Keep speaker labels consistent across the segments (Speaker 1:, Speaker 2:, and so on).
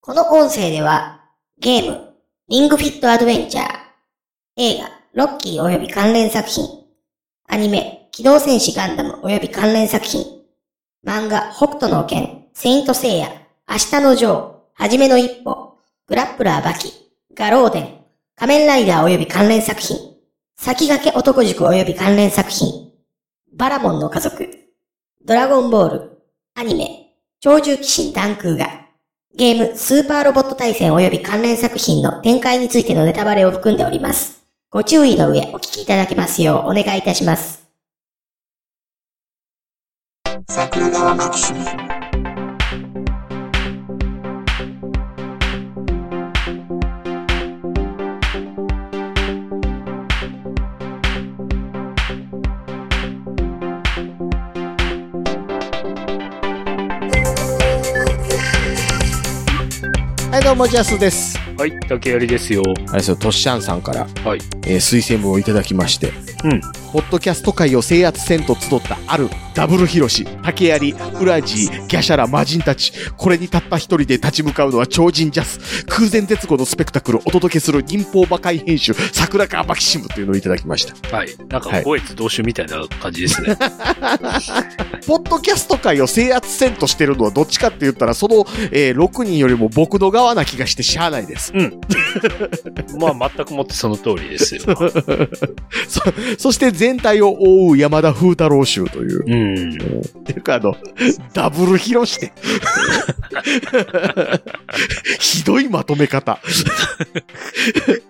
Speaker 1: この音声では、ゲーム、リングフィットアドベンチャー、映画、ロッキー及び関連作品、アニメ、機動戦士ガンダム及び関連作品、漫画、北斗の剣、セイントセイヤ、明日のジョー、はじめの一歩、グラップラーバキ、ガローデン、仮面ライダー及び関連作品、先駆け男塾及び関連作品、バラモンの家族、ドラゴンボール、アニメ、鳥獣騎士ダンクーガ、ゲーム、スーパーロボット対戦及び関連作品の展開についてのネタバレを含んでおります。ご注意の上、お聞きいただけますようお願いいたします。
Speaker 2: 桜川マキシム
Speaker 3: はい、どうも、ジャスです。
Speaker 4: はい、竹やりですよ。
Speaker 3: あれですよ、トッシャンさんから、
Speaker 4: はい
Speaker 3: えー推薦文をいただきまして、
Speaker 4: うん
Speaker 3: ホットキャスト界を制圧せんと集ったあるダブルヒロシ、竹槍、ウラジー、ギャシャラ、魔人たち、これにたった一人で立ち向かうのは超人ジャス、空前絶後のスペクタクルをお届けする忍法魔界編集、桜川マキシムというのをいただきました。
Speaker 4: はい。な
Speaker 3: は
Speaker 4: んか、
Speaker 3: い
Speaker 4: 五越同州みたいな感じですね。
Speaker 3: ポッドキャスト界を制圧せんとしてるのはどっちかって言ったら、その、えー6人よりも僕の側な気がしてしゃあないです。
Speaker 4: まあ、全くもってその通りですよ。
Speaker 3: そ、そして全体を覆う山田風太郎集という。
Speaker 4: うん。
Speaker 3: っていうか、あの、ダブル披露して。ひどいまとめ方。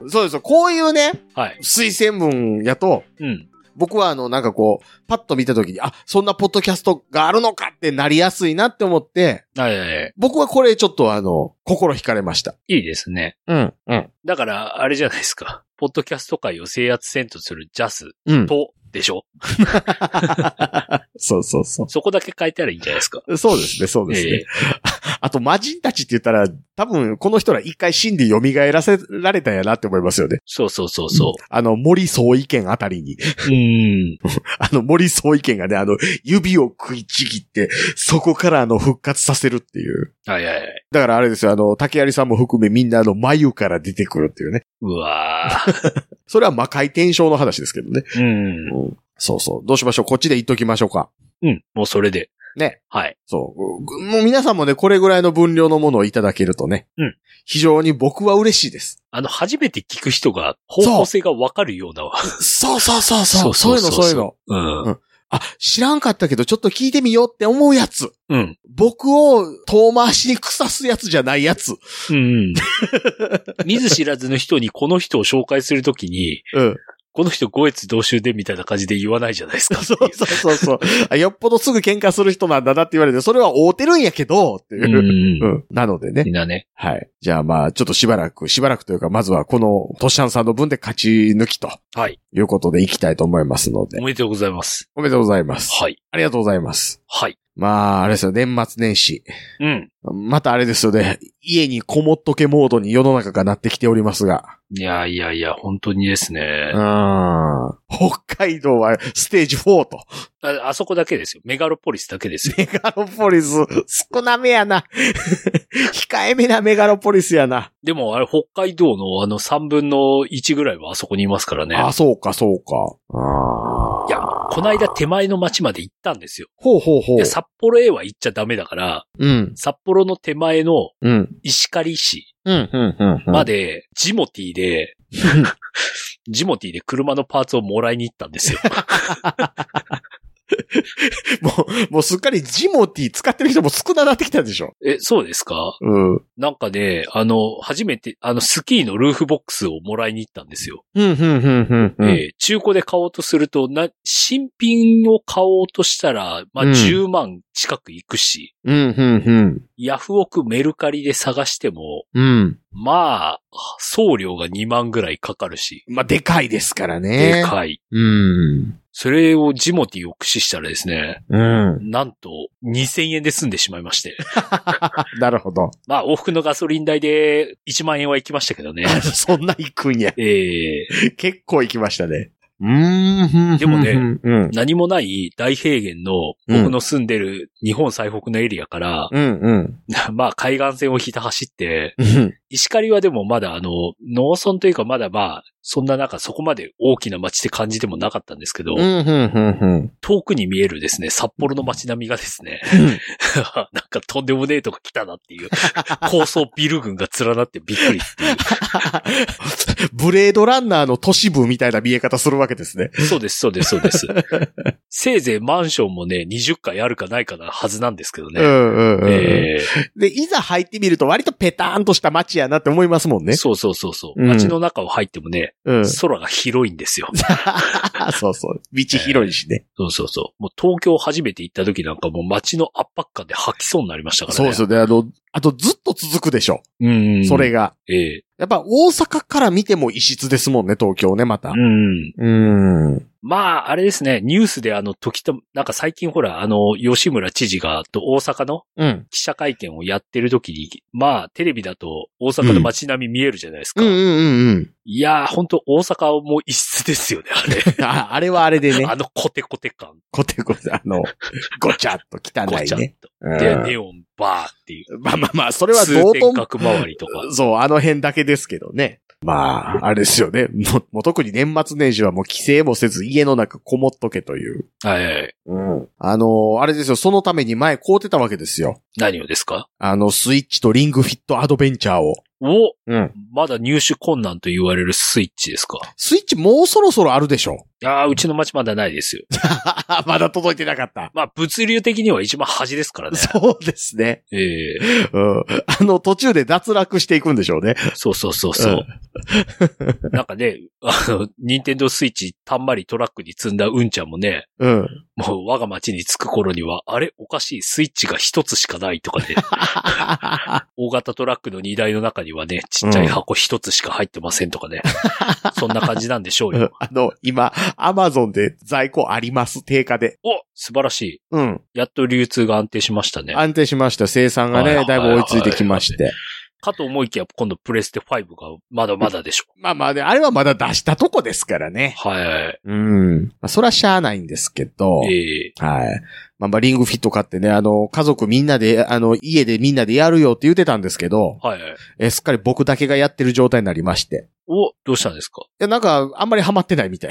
Speaker 3: そうですよ。こういうね、
Speaker 4: はい。
Speaker 3: 推薦文やと、
Speaker 4: うん。
Speaker 3: 僕はあの、なんかこう、パッと見たときに、あ、そんなポッドキャストがあるのかってなりやすいなって思って、
Speaker 4: はいはいはい。
Speaker 3: 僕はこれちょっとあの、心惹かれました。
Speaker 4: いいですね。
Speaker 3: うん、うん。
Speaker 4: だから、あれじゃないですか。ポッドキャスト界を制圧せんとするジャス
Speaker 3: うん。
Speaker 4: と、でしょ
Speaker 3: そうそうそ
Speaker 4: そこだけ変えたらいいんじゃないですか。
Speaker 3: う。そうですね、そうですね。
Speaker 4: ええ
Speaker 3: あと、魔人たちって言ったら、多分、この人ら一回死んで蘇らせられたんやなって思いますよね。
Speaker 4: そうそうそうそ
Speaker 3: あの、森総意見あたりに、
Speaker 4: う。うん。
Speaker 3: あの、森総意見がね、あの、指を食いちぎって、そこからあの、復活させるっていう。
Speaker 4: はいはいはい。
Speaker 3: だからあれですよ、あの、竹有さんも含めみんなあの、眉から出てくるっていうね。
Speaker 4: うわー。
Speaker 3: それは魔界転生の話ですけどね。
Speaker 4: うん。
Speaker 3: そうそう。どうしましょうこっちで言っときましょうか。
Speaker 4: うん。もうそれで。
Speaker 3: ね。
Speaker 4: はい。
Speaker 3: そう。ぐもう皆さんもね、これぐらいの分量のものをいただけるとね。
Speaker 4: うん
Speaker 3: 非常に僕は嬉しいです。
Speaker 4: あの、初めて聞く人が方向性がわかるような。
Speaker 3: そうそうそうそう。そ
Speaker 4: そうう
Speaker 3: いう
Speaker 4: そ
Speaker 3: の、
Speaker 4: うそう
Speaker 3: そういうの。
Speaker 4: うん。
Speaker 3: あ、知らんかったけど、ちょっと聞いてみようって思うやつ。
Speaker 4: うん。
Speaker 3: 僕を遠回しに腐すやつじゃないやつ。
Speaker 4: うん。 見ず知らずの人にこの人を紹介するときに、
Speaker 3: うん。
Speaker 4: この人五越同州でみたいな感じで言わないじゃないですか。
Speaker 3: そうそうそうそうあ。よっぽどすぐ喧嘩する人なんだなって言われて、それは合うてるんやけど、っていうう。
Speaker 4: ん
Speaker 3: う。ん。なのでね
Speaker 4: み。んなね。
Speaker 3: はい。じゃあまあ、ちょっとしばらく、しばらくというか、まずはこの、トシャンさんの分で勝ち抜きと
Speaker 4: はい。
Speaker 3: いうことでいきたいと思いますので
Speaker 4: お。めでとうございます。
Speaker 3: おめでとうございます。
Speaker 4: はい。
Speaker 3: ありがとうございます。
Speaker 4: はい。
Speaker 3: まあ、あれですよ、年末年始。
Speaker 4: うん。
Speaker 3: またあれですよね、家にこもっとけモードに世の中がなってきておりますが。
Speaker 4: いやいやいや、本当にです
Speaker 3: う
Speaker 4: ね。
Speaker 3: ーん。北海道はステージ4と。
Speaker 4: ああそこだけですよ。メガロポリスだけですよ。
Speaker 3: メガロポリス、少なめやな。 控えめなメガロポリスやな。
Speaker 4: でも、あれ、北海道のあの3分の1ぐらいはあそこにいますからね。
Speaker 3: あ、そうか、そうか。あー
Speaker 4: いや、この間手前の町まで行ったんですよ。
Speaker 3: ほうほうほ
Speaker 4: いうや、。札幌へは行っちゃダメだから、
Speaker 3: うん、
Speaker 4: 札幌の手前の
Speaker 3: うん、
Speaker 4: 石狩市
Speaker 3: うん、うん、うん。
Speaker 4: まで、ジモテ ィで、ジモティで車のパーツをもらいに行ったんですよ。
Speaker 3: もう、もうすっかりジモティ使ってる人も少なくなってきたでしょ。
Speaker 4: え、そうですか
Speaker 3: うん。うん、
Speaker 4: なんかね、あの、初めて、あの、スキーのルーフボックスをもらいに行ったんですよ。
Speaker 3: うん、うん、うん。
Speaker 4: えー中古で買おうとすると、な、新品を買おうとしたら、まあ、
Speaker 3: うん
Speaker 4: 10万近くいくし、
Speaker 3: うん、うん、
Speaker 4: ヤフオクメルカリで探しても、
Speaker 3: うん。うん。
Speaker 4: まあ、送料が2万ぐらいかかるし、
Speaker 3: まあ、でかいですからね。
Speaker 4: でかい。
Speaker 3: うん。
Speaker 4: それをジモティを駆使したらですね、
Speaker 3: うん。
Speaker 4: なんと2000円で済んでしまいまして。
Speaker 3: なるほど。
Speaker 4: まあ、往復のガソリン代で1万円は行きましたけどね。
Speaker 3: そんな行くんや。
Speaker 4: ええ
Speaker 3: 結構行きましたね。うんふん。
Speaker 4: でもね
Speaker 3: ふんふんうん。
Speaker 4: 何もない大平原の僕の住んでる日本最北のエリアから、
Speaker 3: うんうん。
Speaker 4: まあ海岸線を引いて走って、
Speaker 3: うん
Speaker 4: 石狩はでもまだあの、農村というかまだまあ、そんな中そこまで大きな街って感じでもなかったんですけ
Speaker 3: う
Speaker 4: ど、
Speaker 3: んふんふんふん。
Speaker 4: 遠くに見えるですね、札幌の街並みがですね、 なんかとんでもねえとこ来たな っていう、高層ビル群が連なってびっくりっていう。
Speaker 3: ブレードランナーの都市部みたいな見え方するわけですね。
Speaker 4: そうです、そうです、そうです。せいぜいマンションもね、20階あるかないかなはずなんですけど
Speaker 3: う
Speaker 4: ね。
Speaker 3: んうんうん。
Speaker 4: え
Speaker 3: で、いざ入ってみると割とペターンとした街やなって思いますもん
Speaker 4: ー
Speaker 3: ね。
Speaker 4: そうそうそうそう。
Speaker 3: うん
Speaker 4: 街の中を入ってもね、
Speaker 3: うん。
Speaker 4: 空が広いんですよ。
Speaker 3: そうそう。道広いしね。
Speaker 4: そうそうそう。もう東京初めて行った時なんかもう街の圧迫感で吐きそうになりましたから
Speaker 3: そう
Speaker 4: ね。
Speaker 3: ですよね。あの、あとずっと続くでしょ。
Speaker 4: うん。
Speaker 3: それ。が。
Speaker 4: ええ
Speaker 3: やっぱ大阪から見ても異質ですもんね、東京ね、また。
Speaker 4: うん。
Speaker 3: うん。
Speaker 4: まあ、あれですね、ニュースであの、時と、なんか最近ほら、あの、吉村知事が、と大阪の
Speaker 3: うん。
Speaker 4: 記者会見をやってる時に、まあ、テレビだと大阪の街並み見えるじゃないです
Speaker 3: う
Speaker 4: か。
Speaker 3: んうんうん うん。
Speaker 4: いやー、本当大阪はもう異質ですよね、あれ。
Speaker 3: ああれはあれでね
Speaker 4: あ、のコテコテ感。
Speaker 3: こてこて、あの、ごちゃっと汚
Speaker 4: ご
Speaker 3: い
Speaker 4: ちゃっ
Speaker 3: ね。
Speaker 4: と。
Speaker 3: うん
Speaker 4: で、ネオンバーっていう。
Speaker 3: まあまあまあ、それは
Speaker 4: 通
Speaker 3: 道
Speaker 4: 天
Speaker 3: 頓
Speaker 4: 閣周りとか。
Speaker 3: そう、あの辺だけですけどね。まあ、あれですよね。 もうもう特に年末年始はもう帰省もせず家の中こもっとけという。
Speaker 4: はいはい。
Speaker 3: うん。あのーあれですよ。そのために前買うてたわけですよ。
Speaker 4: 何をですか
Speaker 3: あの、スイッチとリングフィットアドベンチャーを。
Speaker 4: お
Speaker 3: うん。
Speaker 4: まだ入手困難と言われるスイッチですか
Speaker 3: スイッチもうそろそろあるでしょ。
Speaker 4: いやー、うちの街まだないですよ。
Speaker 3: まだ届いてなかった。
Speaker 4: まあ、物流的には一番端で すからね。
Speaker 3: そうですね。
Speaker 4: ええ
Speaker 3: うん。あの、途中で脱落していくんでしょうね。
Speaker 4: そうそうそうそう。なんかね、あの、ニンテンドースイッチたんまりトラックに積んだうんちゃんもね、
Speaker 3: うん。
Speaker 4: もう我が町に着く頃には、あれおかしい、スイッチが一つしかないとか ね、大型トラックの荷台の中にはね、ちっちゃい箱一つしか入ってませんとかね、そんな感じなんでしょう
Speaker 3: うん
Speaker 4: よ。
Speaker 3: あの、今、アマゾンで在庫あります。定価で。
Speaker 4: お素晴らしい。
Speaker 3: うん。
Speaker 4: やっと流通が安定しましたね。
Speaker 3: 安定しました。生産が
Speaker 4: は
Speaker 3: ね、
Speaker 4: い
Speaker 3: だいぶ追いついてきまして。
Speaker 4: かと思いきや、今度プレステ5がまだまだでしょ。
Speaker 3: まあまあね、あれはまだ出したとこですからね。
Speaker 4: はい。
Speaker 3: うん。まあ、そらしゃあないんですけど。
Speaker 4: ええ
Speaker 3: はい。まあまあ、リングフィット買ってね、あの、家族みんなで、あの、家でみんなでやるよって言ってたんですけど、
Speaker 4: はいはい。
Speaker 3: えすっかり僕だけがやってる状態になりまして。
Speaker 4: お、どうしたんですか
Speaker 3: いや、なんか、あんまりハマってないみたい。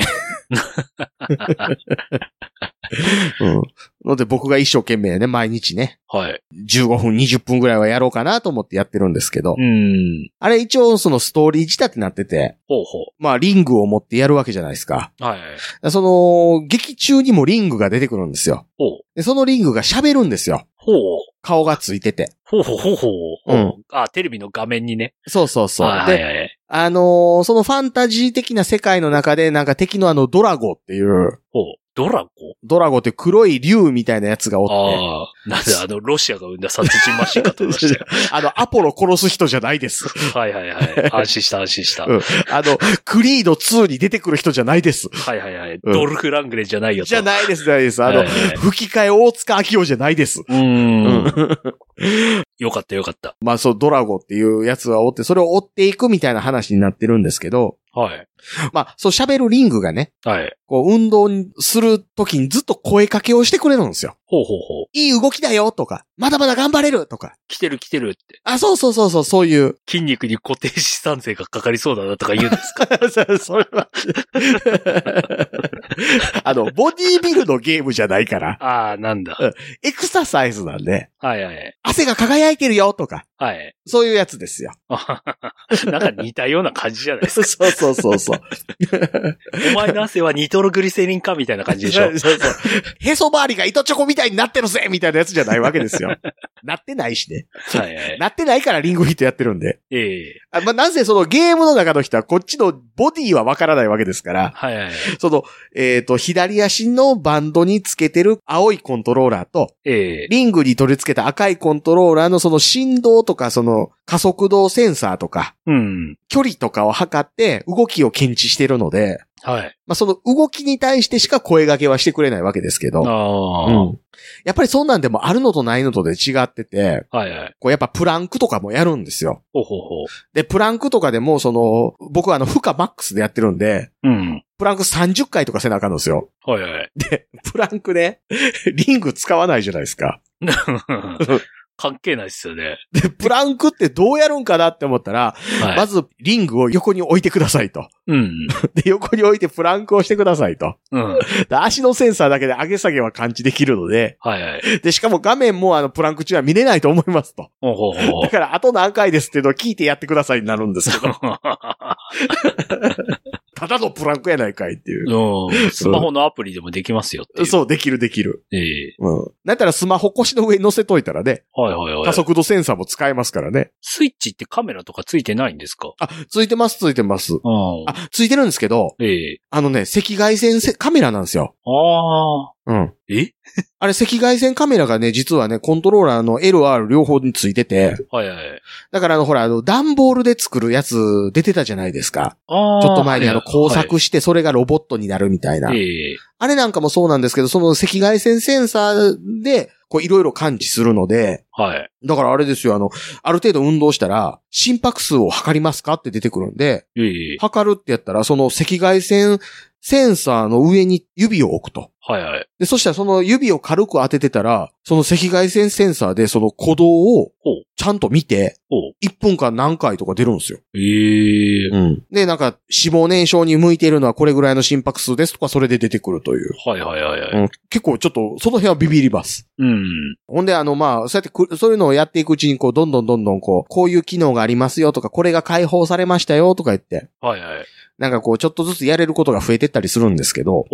Speaker 3: うん。ので、僕が一生懸命ね、毎日ね、
Speaker 4: はい。
Speaker 3: 15分、20分ぐらいはやろうかなと思ってやってるんですけど
Speaker 4: う、ん。
Speaker 3: あれ一応そのストーリー仕立てになってて、
Speaker 4: ほうほ
Speaker 3: まあ、リングを持ってやるわけじゃないですか。
Speaker 4: う。はいはい。
Speaker 3: その、劇中にもリングが出てくるんですよ。
Speaker 4: ほう。
Speaker 3: で、そのリングが喋るんですよ。
Speaker 4: ほう。
Speaker 3: 顔がついてて。
Speaker 4: ほうほうほうほう。
Speaker 3: うん
Speaker 4: あ、テレビの画面にね。
Speaker 3: そうそうそう。
Speaker 4: はいはい
Speaker 3: で、
Speaker 4: はい。
Speaker 3: あのーそのファンタジー的な世界の中で、なんか敵のあの、ドラゴっていう、
Speaker 4: ほう。ドラゴ
Speaker 3: ドラゴって黒い竜みたいなやつがおって、
Speaker 4: ああ。なんであの、ロシアが生んだ殺人マシンかと思いましたよ。
Speaker 3: あの、アポロ殺す人じゃ ないです。
Speaker 4: はいはいはい。安心した安心した。
Speaker 3: うんあの、クリード2に出てくる人じゃないです。
Speaker 4: はいはいはい。
Speaker 3: うん
Speaker 4: ドルフ・ラングレーじゃないよと。
Speaker 3: じゃ
Speaker 4: い。
Speaker 3: ないです、じゃないです。あの
Speaker 4: はい、はいはい
Speaker 3: 吹き替え大塚明夫じゃないです。
Speaker 4: うーん。
Speaker 3: うん
Speaker 4: よかったよかった。
Speaker 3: まあそう、ドラゴっていうやつはおって、それを追っていくみたいな話になってるんですけど、
Speaker 4: はい。
Speaker 3: まあ、そう喋るリングがね、
Speaker 4: はい。
Speaker 3: こう、運動するときにずっと声かけをしてくれるんですよ。
Speaker 4: ほうほうほう。
Speaker 3: いい動きだよとか、まだまだ頑張れるとか。
Speaker 4: 来てる来てるって。
Speaker 3: あ、そうそうそうそう、そういう。
Speaker 4: 筋肉に固定資産税がかかりそうだなと か言うんですか
Speaker 3: そ それは。 あの、ボディービルのゲームじゃないから、
Speaker 4: ああ、なんだ。
Speaker 3: エクササイズなんで、
Speaker 4: はいはい。
Speaker 3: 汗が輝いてるよとか、
Speaker 4: はい。
Speaker 3: そういうやつですよ。
Speaker 4: あははなんか似たような感じじゃないです か
Speaker 3: そうそうそうそう。。
Speaker 4: お前の汗はニトログリセリンかみたいな感じでしょ
Speaker 3: そうそう。へそ周りが糸チョコみたいになってるぜみたいなやつじゃないわけですよ。なってないしね。
Speaker 4: はいはい。
Speaker 3: なってないからリングヒットやってるんで。
Speaker 4: ええ
Speaker 3: あまあ、なんせそのゲームの中の人はこっちのボディはわからないわけですから、
Speaker 4: はいはい。
Speaker 3: その、えっ、と、左足のバンドにつけてる青いコントローラーと、
Speaker 4: ええ
Speaker 3: リングに取り付けた赤いコントローラーのその振動ととか、その、加速度センサーとか、
Speaker 4: うん。
Speaker 3: 距離とかを測って、動きを検知してるので、
Speaker 4: はい。
Speaker 3: まあ、その動きに対してしか声掛けはしてくれないわけですけ
Speaker 4: あ
Speaker 3: ど、
Speaker 4: あ、
Speaker 3: うんやっぱりそんなんでもあるのとないのとで違ってて、
Speaker 4: はいはい。
Speaker 3: こうやっぱプランクとかもやるんですよ。
Speaker 4: ほうほうほ
Speaker 3: で、プランクとかでも、その、僕はあの、負荷マックスでやってるんで、
Speaker 4: う。うん。
Speaker 3: プランク30回とかせなあかんのですよ。
Speaker 4: は いはい。
Speaker 3: プランクね、 リング使わないじゃないですか。
Speaker 4: 関係ないっすよね。
Speaker 3: で、プランクってどうやるんかなって思ったら、
Speaker 4: はい。
Speaker 3: まずリングを横に置いてくださいと。
Speaker 4: うん。
Speaker 3: で、横に置いてプランクをしてくださいと。
Speaker 4: うん。
Speaker 3: で足のセンサーだけで上げ下げは感知できるので、
Speaker 4: はいはい。
Speaker 3: で、しかも画面もあの、プランク中は見れないと思いますと。
Speaker 4: ほうほうほ
Speaker 3: だから、あと何回ですっていうのを聞いてやってくださいになるんですけ ど、 ただのプランクやないかいっていう。
Speaker 4: う。うん。スマホのアプリでもできますよっていう。
Speaker 3: そう、できるできる。
Speaker 4: ええ
Speaker 3: うん。だったらスマホ腰の上に乗せといたらね、
Speaker 4: はいはいは
Speaker 3: 加
Speaker 4: い。
Speaker 3: 速度センサーも使えますからね。
Speaker 4: スイッチってカメラとかついてないんですか
Speaker 3: あ、ついてます、ついてます。
Speaker 4: うん。
Speaker 3: あ、ついてるんですけど、
Speaker 4: ええ
Speaker 3: あのね、赤外線せカメラなんですよ。
Speaker 4: ああ。
Speaker 3: うん。
Speaker 4: え
Speaker 3: あれ、赤外線カメラがね、実はね、コントローラーの LR 両方についてて、
Speaker 4: はいはい。
Speaker 3: だからあの、ほら、あの、段ボールで作るやつ出てたじゃないですか。
Speaker 4: ああ。
Speaker 3: ちょっと前にあの、
Speaker 4: はい
Speaker 3: 工作して、それがロボットになるみたいな
Speaker 4: は。いええ
Speaker 3: あれなんかもそうなんですけど、その赤外線センサーで、こう、いろいろ感知するので、
Speaker 4: はい。
Speaker 3: だからあれですよ、あの、ある程度運動したら、心拍数を測りますかって出てくるんで、
Speaker 4: ええ
Speaker 3: 測るってやったら、その赤外線センサーの上に指を置くと。
Speaker 4: はいはい。
Speaker 3: で、そしたらその指を軽く当ててたら、その赤外線センサーでその鼓動を
Speaker 4: ほう
Speaker 3: ちゃんと見て、
Speaker 4: ほう。
Speaker 3: 1分間何回とか出るんですよ。
Speaker 4: ええ
Speaker 3: で、なんか、死亡燃焼に向いているのはこれぐらいの心拍数ですとか、それで出てくるという。
Speaker 4: はいはいはいは
Speaker 3: う
Speaker 4: い。
Speaker 3: ん結構ちょっと、その辺はビビります。
Speaker 4: うん。
Speaker 3: ほんで、あの、まあ、そうやってく、そういうのをやっていくうちに、こう、どんどんどんどん、こう、こういう機能がありますよとか、これが解放されましたよとか言って、
Speaker 4: はいはい。
Speaker 3: なんかこう、ちょっとずつやれることが増えてったりするんですけど、
Speaker 4: おう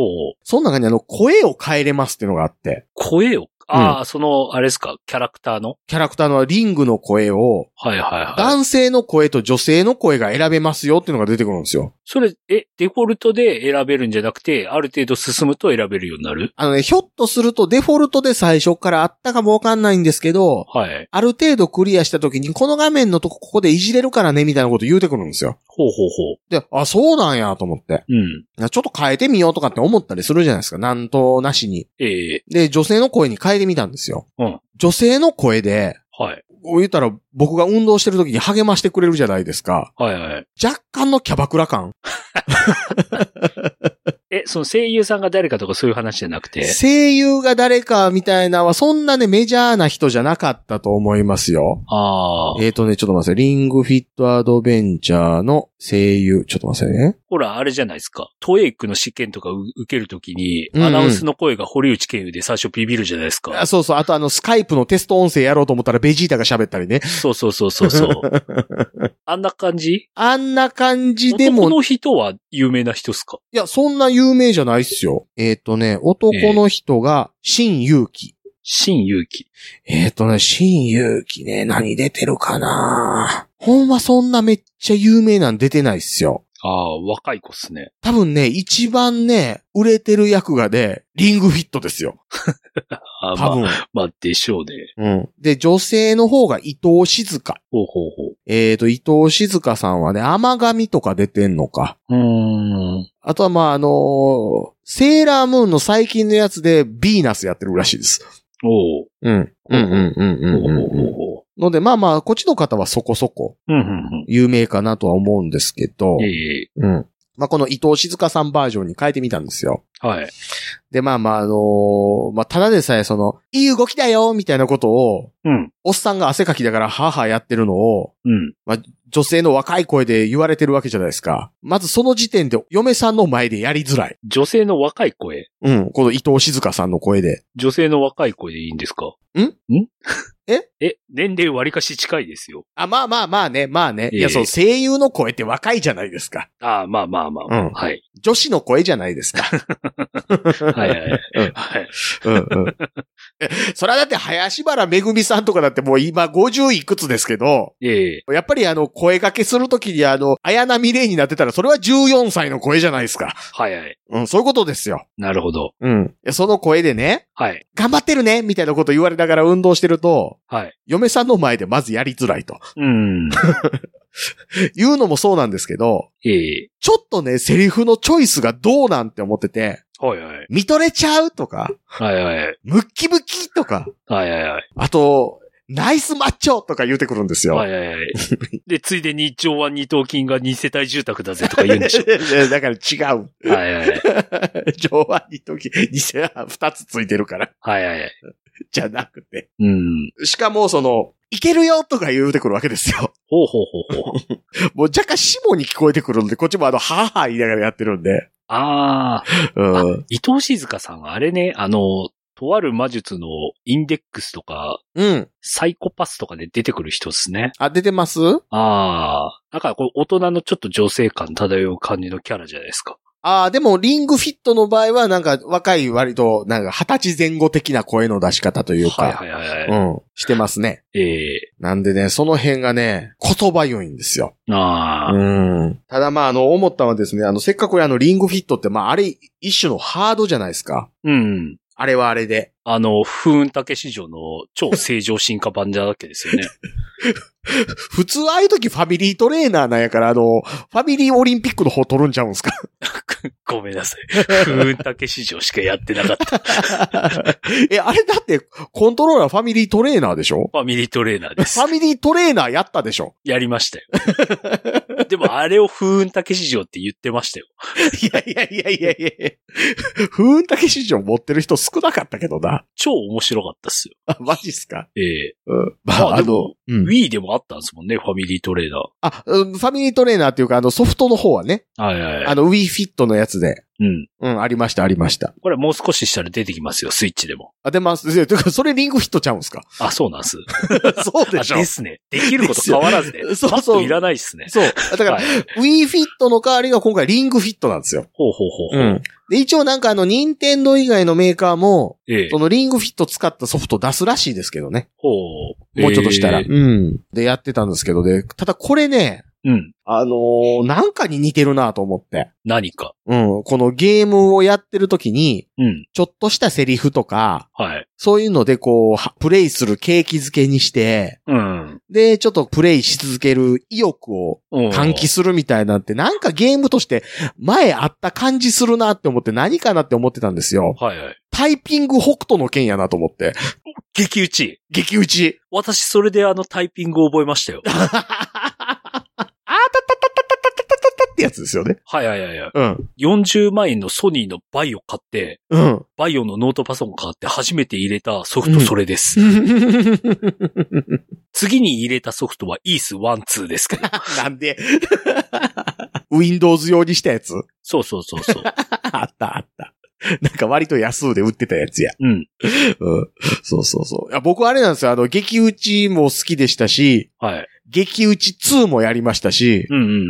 Speaker 3: その中にあの、声を変えれますっていうのがあって、
Speaker 4: 声を、ああ、その、あれですか、キャラクターの
Speaker 3: キャラクターのリングの声を、
Speaker 4: はいはいはい。
Speaker 3: 男性の声と女性の声が選べますよっていうのが出てくるんですよ。
Speaker 4: それ、え、デフォルトで選べるんじゃなくて、ある程度進むと選べるようになる
Speaker 3: あのね、ひょっとするとデフォルトで最初からあったかもわかんないんですけど、
Speaker 4: はい。
Speaker 3: ある程度クリアした時に、この画面のとこここでいじれるからね、みたいなこと言うてくるんですよ。
Speaker 4: ほうほうほう。
Speaker 3: で、あ、そうなんやと思って。
Speaker 4: うん。
Speaker 3: ちょっと変えてみようとかって思ったりするじゃないですか。なんとなしに。
Speaker 4: ええ
Speaker 3: で、女性の声に変えてみたんですよ。
Speaker 4: うん
Speaker 3: 女性の声で、
Speaker 4: はい。
Speaker 3: 言ったら僕が運動してる時に励ましてくれるじゃないですか。
Speaker 4: はいはい。
Speaker 3: 若干のキャバクラ感。
Speaker 4: え、その声優さんが誰かとかそういう話じゃなくて。
Speaker 3: 声優が誰かみたいなのは、そんなね、メジャーな人じゃなかったと思いますよ。
Speaker 4: ああ。
Speaker 3: えーとね、ちょっと待ってください。リングフィットアドベンチャーの声優。ちょっと待ってくださいね。
Speaker 4: ほら、あれじゃないですか。トエイクの試験とかう受けるときに、
Speaker 3: うんうん
Speaker 4: アナウンスの声が堀内健優で最初ビビるじゃないです
Speaker 3: あ
Speaker 4: か。
Speaker 3: そうそう。あとあの、スカイプのテスト音声やろうと思ったらベジータが喋ったりね。
Speaker 4: そうそうそうそうそう。 あんな感じ
Speaker 3: あんな感じで
Speaker 4: 男
Speaker 3: も、い
Speaker 4: の人は有名な人っすか
Speaker 3: や、そんな有名じゃないっすよ。えーとね、男の人が、新勇気。
Speaker 4: 新勇気。
Speaker 3: えーとね、新勇気ね、何出てるかなほんまそんなめっちゃ有名なん出てないっすよ。
Speaker 4: ああ、若い子っすね。
Speaker 3: 多分ね、一番ね、売れてる役がね、リングフィットですよ。
Speaker 4: ああ
Speaker 3: 多
Speaker 4: まあ、
Speaker 3: 分。
Speaker 4: まあ、でしょうね。
Speaker 3: うん。で、女性の方が伊藤静香。
Speaker 4: ほうほう
Speaker 3: えーと、伊藤静香さんはね、甘神とか出てんのか。
Speaker 4: ほう。うーん。
Speaker 3: あとは、まあ、あのーセーラームーンの最近のやつで、ビーナスやってるらしいです。
Speaker 4: おう。
Speaker 3: うん。うんうんうん
Speaker 4: ほう
Speaker 3: うん
Speaker 4: ほう
Speaker 3: うん。
Speaker 4: ほうほ
Speaker 3: ので、まあまあ、こっちの方はそこそこ
Speaker 4: う。うん、うん、
Speaker 3: 有名かなとは思うんですけど
Speaker 4: うん。、ええ
Speaker 3: うん。まあ、この伊藤静香さんバージョンに変えてみたんですよ。
Speaker 4: はい。
Speaker 3: で、まあまあ、あのーまあ、ただでさえその、いい動きだよみたいなことを、
Speaker 4: うん。
Speaker 3: おっさんが汗かきだから、はあはあやってるのを、
Speaker 4: うん。
Speaker 3: 女性の若い声で言われてるわけじゃないですか。まずその時点で、嫁さんの前でやりづらい。
Speaker 4: 女性の若い声。
Speaker 3: うん。この伊藤静香さんの声で。
Speaker 4: 女性の若い声でいいんですか
Speaker 3: ん
Speaker 4: ん
Speaker 3: え
Speaker 4: え、年齢割かし近いですよ。
Speaker 3: あ、まあまあまあね、まあね。
Speaker 4: ええ
Speaker 3: いや、そう、声優の声って若いじゃないですか。
Speaker 4: ああ、まあまあまあ。
Speaker 3: うん
Speaker 4: はい。
Speaker 3: 女子の声じゃないですか。
Speaker 4: はいはいはい
Speaker 3: うん。
Speaker 4: はい。
Speaker 3: うんうん。 それはだって、林原めぐみさんとかだってもう今50いくつですけど、
Speaker 4: ええ
Speaker 3: やっぱりあの、声掛けするときにあの、綾波レイになってたら、それは14歳の声じゃないですか。
Speaker 4: はいはい。
Speaker 3: うん、そういうことですよ。
Speaker 4: なるほど。
Speaker 3: うん。その声でね、
Speaker 4: はい。
Speaker 3: 頑張ってるねみたいなこと言われながら運動してると、
Speaker 4: はい。
Speaker 3: 嫁さんの前でまずやりづらいと。
Speaker 4: うん。
Speaker 3: いうのもそうなんですけど、
Speaker 4: ええ
Speaker 3: ちょっとね、セリフのチョイスがどうなんて思ってて、
Speaker 4: はいはい。
Speaker 3: 見とれちゃうとか、
Speaker 4: はいはいはい。
Speaker 3: ムッキムキとか、
Speaker 4: はいはいはい。
Speaker 3: あと、ナイスマッチョとか言うてくるんですよ。
Speaker 4: はいはい はい。で、ついでに上腕二頭筋が二世帯住宅だぜとか言うんでし
Speaker 3: だから違う。
Speaker 4: ょ。はいはいはい。
Speaker 3: 上腕に時、偽は二つついてるから、
Speaker 4: はいはいはい。
Speaker 3: じゃなくて。
Speaker 4: うん。
Speaker 3: しかも、その、いけるよとか言うてくるわけですよ。
Speaker 4: ほうほうほうほう。
Speaker 3: もう若干下に聞こえてくるので、こっちもあの、はぁはぁ言いながらやってるんで。
Speaker 4: ああ、
Speaker 3: うん。
Speaker 4: 伊藤静香さんはあれね、あの、とある魔術のインデックスとか、
Speaker 3: うん。
Speaker 4: サイコパスとかで出てくる人ですね。
Speaker 3: あ、出てます
Speaker 4: ああ。なんかこれ大人のちょっと女性感漂う感じのキャラじゃないですか。
Speaker 3: ああ、でも、リングフィットの場合は、なんか、若い割と、なんか、二十歳前後的な声の出し方というか、
Speaker 4: はいはいはいはい。
Speaker 3: うん、してますね。
Speaker 4: え
Speaker 3: なんでね、その辺がね、言葉良いんですよ。
Speaker 4: えああ、
Speaker 3: うん。ただまあ、あの、思ったのはですね、あの、せっかくあの、リングフィットって、まあ、あれ、一種のハードじゃないですか。
Speaker 4: うん。
Speaker 3: あれはあれで。
Speaker 4: あの、風雲竹市場の超正常進化版じゃだけですよね。
Speaker 3: 普通、ああいう時ファミリートレーナーなんやから、あの、ファミリーオリンピックの方取るんちゃうんすか
Speaker 4: ごめんなさい。風雲竹市場しかやってなかった。
Speaker 3: え、あれだって、コントローラーファミリートレーナーでしょ
Speaker 4: ファミリートレーナーで
Speaker 3: フ
Speaker 4: す
Speaker 3: ァ。ミリートレーナーやったでしょ
Speaker 4: やりましたよ。でもあれを風雲竹市場って言ってましたよ。
Speaker 3: いやいやいやいやいやふんたけ市場持ってる人少なかったけどな。
Speaker 4: 超面白かったっすよ。
Speaker 3: あマジっすか
Speaker 4: ええ
Speaker 3: うん。ま
Speaker 4: ま
Speaker 3: あ、
Speaker 4: あ
Speaker 3: あ
Speaker 4: で
Speaker 3: の
Speaker 4: も、
Speaker 3: うん。
Speaker 4: Wii でもあったんですもんね、ファミリートレーナ
Speaker 3: あ、うんファミリートレーナーっていうか、あの、ソフトの方はね、
Speaker 4: ー。はいはいは
Speaker 3: あ
Speaker 4: い。
Speaker 3: の、Wii Fit のやつで。
Speaker 4: うん。
Speaker 3: うん、ありました、ありました。
Speaker 4: これもう少ししたら出てきますよ、スイッチでも。
Speaker 3: あ、で、まあ、せてか、それリングフィットちゃうんすか
Speaker 4: あ、そうなんす。
Speaker 3: そうでし
Speaker 4: あ
Speaker 3: ょ
Speaker 4: ですね。できること変わらず
Speaker 3: で
Speaker 4: ね。
Speaker 3: すよそう
Speaker 4: パッ
Speaker 3: そう
Speaker 4: といらないっすね。
Speaker 3: そう。だから、
Speaker 4: はい
Speaker 3: Wii Fit の代わりが今回リングフィットなんですよ。
Speaker 4: ほうほうほうほう。
Speaker 3: ん。で、一応なんかあの、任天堂以外のメーカーも、
Speaker 4: ええ
Speaker 3: そ。のリングフィット使ったソフト出すらしいですけどね。
Speaker 4: ほう。
Speaker 3: もうちょっとしたら。
Speaker 4: ええ
Speaker 3: うん。で、やってたんですけどで、ただこれね、
Speaker 4: うん。
Speaker 3: あのーなんかに似てるなと思って。
Speaker 4: 何か。
Speaker 3: うん。このゲームをやってる時に、
Speaker 4: うん。
Speaker 3: ちょっとしたセリフとか、
Speaker 4: はい。
Speaker 3: そういうのでこうは、プレイする景気づけにして、
Speaker 4: うん。
Speaker 3: で、ちょっとプレイし続ける意欲を
Speaker 4: うん
Speaker 3: 喚起するみたいなんて、なんかゲームとして前あった感じするなって思って何かなって思ってたんですよ。
Speaker 4: はいはい。
Speaker 3: タイピング北斗の剣やなと思って。
Speaker 4: 激打ち。
Speaker 3: 激打ち。
Speaker 4: 私、それであのタイピング覚えま したよ。
Speaker 3: あーたたたたたたたたってやつですよね。
Speaker 4: はいはいはいはい。
Speaker 3: うん。
Speaker 4: 40万円のソニーのバイを買って、
Speaker 3: うん。
Speaker 4: バイオのノートパソコン買って初めて入れたソフトそれです。次に入れたソフトはイース12です けど。
Speaker 3: なんで ?Windows 用にしたやつ
Speaker 4: そうそうそうそう。
Speaker 3: あったあった。なんか割と安うで売ってたやつや。
Speaker 4: うん。
Speaker 3: うん。そうそうそう。いや僕あれなんですよ。あの、激打ちも好きでしたし、
Speaker 4: はい。
Speaker 3: 激打ち2もやりましたし、
Speaker 4: うんうん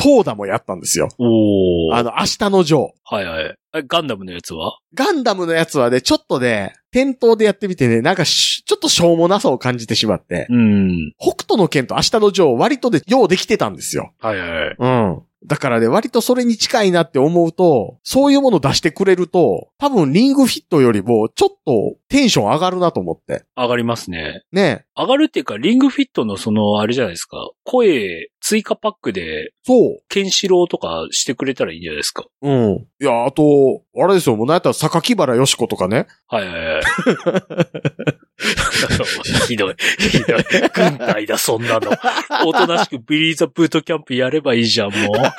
Speaker 3: 東ダもやったんですよ。
Speaker 4: うん。お
Speaker 3: あ
Speaker 4: ー。
Speaker 3: の、明日のジョー。
Speaker 4: はいはい。えガンダムのやつは
Speaker 3: ガンダムのやつはね、ちょっとね、店頭でやってみてね、なんかし、ちょっとしょうもなさを感じてしまって、
Speaker 4: うん。
Speaker 3: 北斗の剣と明日のジョー割とで、ようできてたんですよ。
Speaker 4: はいはい。
Speaker 3: うん。だからね、割とそれに近いなって思うと、そういうもの出してくれると、多分リングフィットよりも、ちょっとテンション上がるなと思って。
Speaker 4: 上がりますね。
Speaker 3: ね。
Speaker 4: 上がるっていうか、リングフィットのその、あれじゃないですか。声、追加パックで、
Speaker 3: そう。
Speaker 4: ケンシロウとかしてくれたらいいんじゃないですか。
Speaker 3: うん。いや、あと、あれですよ、もうなんやったら榊原よしことかね。
Speaker 4: はいはいはい。 ひどい。ひどい。軍隊だ、そんなの。 おとなしくビリーザブートキャンプやればいいじゃん、もう。は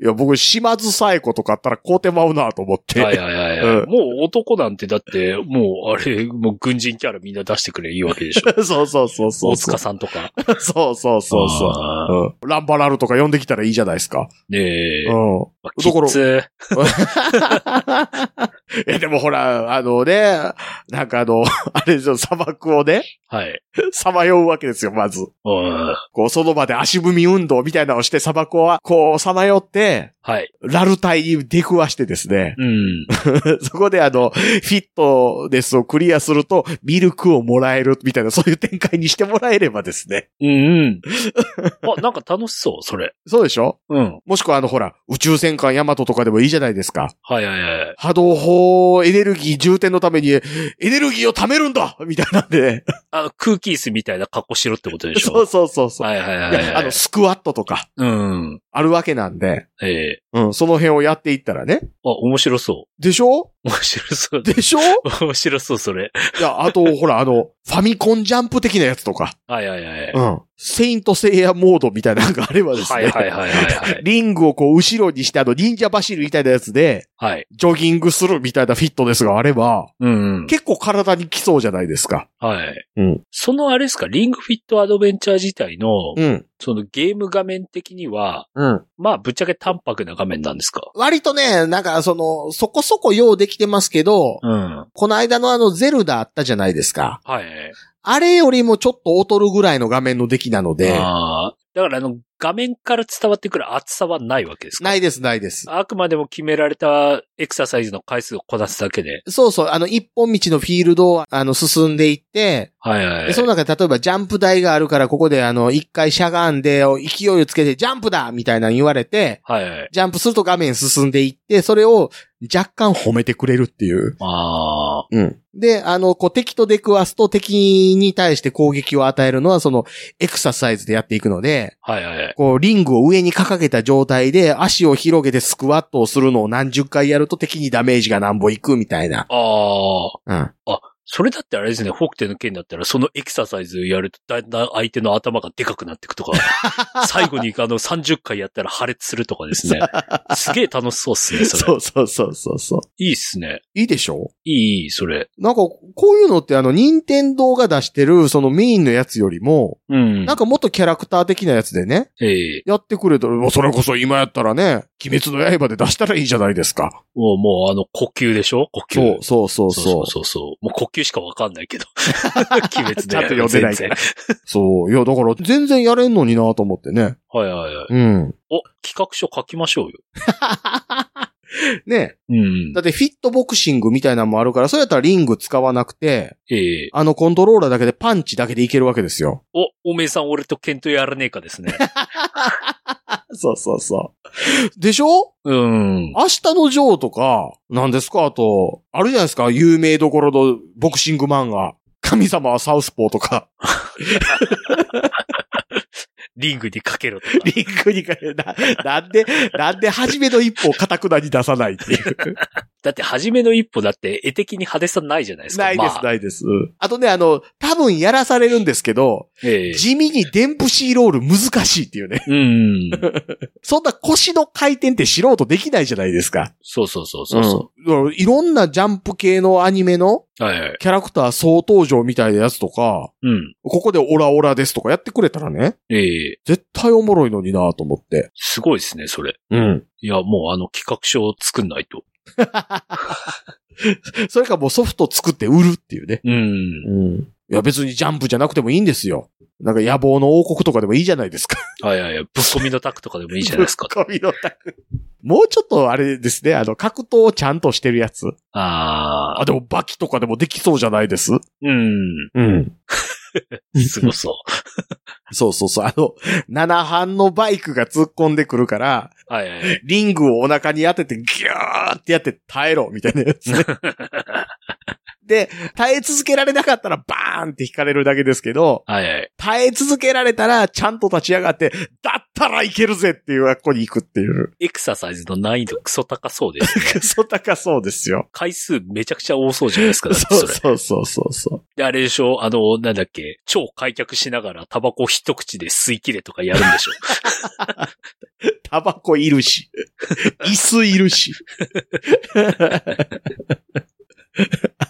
Speaker 4: い
Speaker 3: や、僕、島津さえ子とかあったら買うてまうなと思って。
Speaker 4: いはいはいはい。
Speaker 3: うん
Speaker 4: もう男なんてだって、もうあれ、もう軍人キャラみんな出してくれいいわけでしょ。
Speaker 3: そうそうそうそう。
Speaker 4: 大塚さんとか。
Speaker 3: そうそうそうそう。
Speaker 4: あー
Speaker 3: うんランバラルとか呼んできたらいいじゃないですか。
Speaker 4: ねえ。
Speaker 3: うん。
Speaker 4: まあ
Speaker 3: ところ
Speaker 4: キッズ
Speaker 3: え、でもほら、あのね、なんかあの、 あれですよ、砂漠をね、
Speaker 4: はい。
Speaker 3: さまようわけですよ、まず。
Speaker 4: うん
Speaker 3: こう、その場で足踏み運動みたいなのをして、砂漠は、こう、さまよって、
Speaker 4: はい。
Speaker 3: ラルタイに出くわしてですね、
Speaker 4: うん。
Speaker 3: そこであの、フィットネスをクリアすると、ミルクをもらえる、みたいな、そういう展開にしてもらえればですね。
Speaker 4: うんうん。 あ、なんか楽しそう、それ。
Speaker 3: そうでしょ
Speaker 4: うん。
Speaker 3: もしくはあの、ほら、宇宙戦艦ヤマトとかでもいいじゃないですか。
Speaker 4: はいはいはい。
Speaker 3: 波動砲
Speaker 5: おー、エネルギー充填のために、エネルギーを貯めるんだみたいなんで、
Speaker 4: あの、空気椅子みたいな格好しろってことでし
Speaker 5: そう
Speaker 4: ょ
Speaker 5: そうそうそう。
Speaker 4: はいはいはいい、
Speaker 5: やあ
Speaker 4: は
Speaker 5: の、
Speaker 4: い。
Speaker 5: スクワットとか、
Speaker 4: うん。
Speaker 5: あるわけなんで、
Speaker 4: ええ
Speaker 5: うん、その辺をやっていったらね。
Speaker 4: あ、面白そ
Speaker 5: でしょ
Speaker 4: う。面白そう。
Speaker 5: で しょい
Speaker 4: 面白そう、それ。
Speaker 5: や、あと、ほら、あの、ファミコンジャンプ的なやつとか、
Speaker 4: はいはいはい。
Speaker 5: うん、セイントセイヤモードみたいなのがあればですね。
Speaker 4: はいはいはいはいはい。
Speaker 5: リングをこう後ろにしてあの忍者走るみたいなやつで、
Speaker 4: はい。
Speaker 5: ジョギングするみたいなフィットネスがあれば、
Speaker 4: うんうん。
Speaker 5: 結構体に来そうじゃないですか。
Speaker 4: はい。
Speaker 5: うん。
Speaker 4: そのあれですか、リングフィットアドベンチャー自体の、
Speaker 5: うん。
Speaker 4: そのゲーム画面的には、
Speaker 5: うん。
Speaker 4: まあ、ぶっちゃけ淡白な画面なんですか
Speaker 3: 割とね、なんかその、そこそこ用できてますけど、
Speaker 4: うん。
Speaker 3: この間のあのゼルダあったじゃないですか。
Speaker 4: はい。
Speaker 3: あれよりもちょっと劣るぐらいの画面の出来なので、
Speaker 4: ああ。だから、あの、画面から伝わってくる厚さはないわけですか
Speaker 3: ないですないです。
Speaker 4: あくまでも決められたエクササイズの回数をこなすだけで。
Speaker 3: そうそう、あの一本道のフィールドをあの進んでいって、
Speaker 4: はいはいは
Speaker 3: で
Speaker 4: い。
Speaker 3: その中で例えばジャンプ台があるからここであの一回しゃがんで勢いをつけてジャンプだみたいなの言われて、
Speaker 4: はいはい。
Speaker 3: ジャンプすると画面進んでいって、それを若干褒めてくれるっていう。
Speaker 4: ああ。
Speaker 3: うん。で、あの、こう敵と出くわすと敵に対して攻撃を与えるのはそのエクササイズでやっていくので、
Speaker 4: はいはい。
Speaker 3: こうリングを上に掲げた状態で足を広げてスクワットをするのを何十回やると敵にダメージが何ぼいくみたいな。
Speaker 4: ああ。
Speaker 3: うん。
Speaker 4: それだってあれですね、北斗の剣だったら、そのエクササイズやると、だんだん相手の頭がでかくなっていくとか、最後にあの30回やったら破裂するとかですね。すげえ楽しそうっすね、それ。
Speaker 3: うそうそうそうそう。
Speaker 4: いいっすね。
Speaker 3: いいでしょ
Speaker 4: いい、いい、それ。
Speaker 3: なんか、こういうのってあの、任天堂が出してるそのメインのやつよりも、
Speaker 4: うん
Speaker 3: なん。かもっとキャラクター的なやつでね、
Speaker 4: ええ
Speaker 3: やってくれたら、もうそれこそ今やったらね、鬼滅の刃で出したらいいじゃないですか。
Speaker 4: もう、もうあの、呼吸でしょ呼吸。
Speaker 3: そうそうそう
Speaker 4: そう
Speaker 3: そ
Speaker 4: そうう。そうそう。もう呼吸しかわかんないけど。鬼滅で
Speaker 5: ちゃんと読んでないから
Speaker 4: 全然
Speaker 3: そう。いや、だから全然やれんのになと思ってね。
Speaker 4: はいはいはい。
Speaker 3: うん。
Speaker 4: お、企画書書きましょうよ。
Speaker 3: ね。
Speaker 4: うん
Speaker 3: だ。ってフィットボクシングみたいなのもあるから、それやったらリング使わなくて、
Speaker 4: ええ
Speaker 3: あのコントローラーだけでパンチだけでいけるわけですよ。
Speaker 4: お、おめえさん俺と検討やらねえかですね。
Speaker 3: そうそうそう。でしょ
Speaker 4: う
Speaker 3: 明
Speaker 4: ん。
Speaker 3: 日のジョーとか、何ですかあと、あるじゃないですか有名どころのボクシング漫画。神様はサウスポーとか。
Speaker 4: リングにかけろとか。
Speaker 3: リングにかけな、なんで、なんで初めの一歩をカタクナに出さないっていう。
Speaker 4: だって、初めの一歩だって、絵的に派手さないじゃないですか。
Speaker 3: ないです、
Speaker 4: まあ
Speaker 3: ないです。うんあとね、あの、多分やらされるんですけど、
Speaker 4: ええ
Speaker 3: 地味にデンプシーロール難しいっていうね。
Speaker 4: うん。
Speaker 3: そんな腰の回転って素人できないじゃないですか。
Speaker 4: そうそうそうそうそ
Speaker 3: うんいろんなジャンプ系のアニメの
Speaker 4: う。はいはい。
Speaker 3: キャラクター総登場みたいなやつとか、
Speaker 4: うん。
Speaker 3: ここでオラオラですとかやってくれたらね、
Speaker 4: ええ
Speaker 3: 絶対おもろいのになと思って。
Speaker 4: すごいですね、それ。
Speaker 3: うん。
Speaker 4: いや、もうあの企画書を作んないと。
Speaker 3: それかもうソフト作って売るっていうね。
Speaker 4: うん。
Speaker 3: うん。いや別にジャンプじゃなくてもいいんですよ。なんか野望の王国とかでもいいじゃないですか。。
Speaker 4: はいはいはい。ぶっ込みのタクとかでもいいじゃないです か
Speaker 3: ゴミのタクもうちょっとあれですね、あの、格闘をちゃんとしてるやつ。
Speaker 4: ああ。
Speaker 3: あ、でもバキとかでもできそうじゃないです。
Speaker 4: うん。
Speaker 3: うん。
Speaker 4: すごそ
Speaker 3: そうそうそう。あの、7班のバイクが突っ込んでくるから、
Speaker 4: う。はいはいはい。
Speaker 3: リングをお腹に当ててギューってやって耐えろ、みたいなやつ ね。で、耐え続けられなかったらバーンって引かれるだけですけど、
Speaker 4: はいはい。
Speaker 3: 耐え続けられたらちゃんと立ち上がって、だったらいけるぜっていうあっこに行くっていう。
Speaker 4: エクササイズの難易度クソ高そうです。
Speaker 3: クソ高そうですよ。
Speaker 4: 回数めちゃくちゃ多そうじゃないですか。だって
Speaker 3: そ
Speaker 4: そうれ。
Speaker 3: そうそうそうそう。
Speaker 4: で、あれでしょあの、なんだっけ超開脚しながらタバコ一口で吸い切れとかやるんでしょ
Speaker 3: タバコいる し、椅子いるし。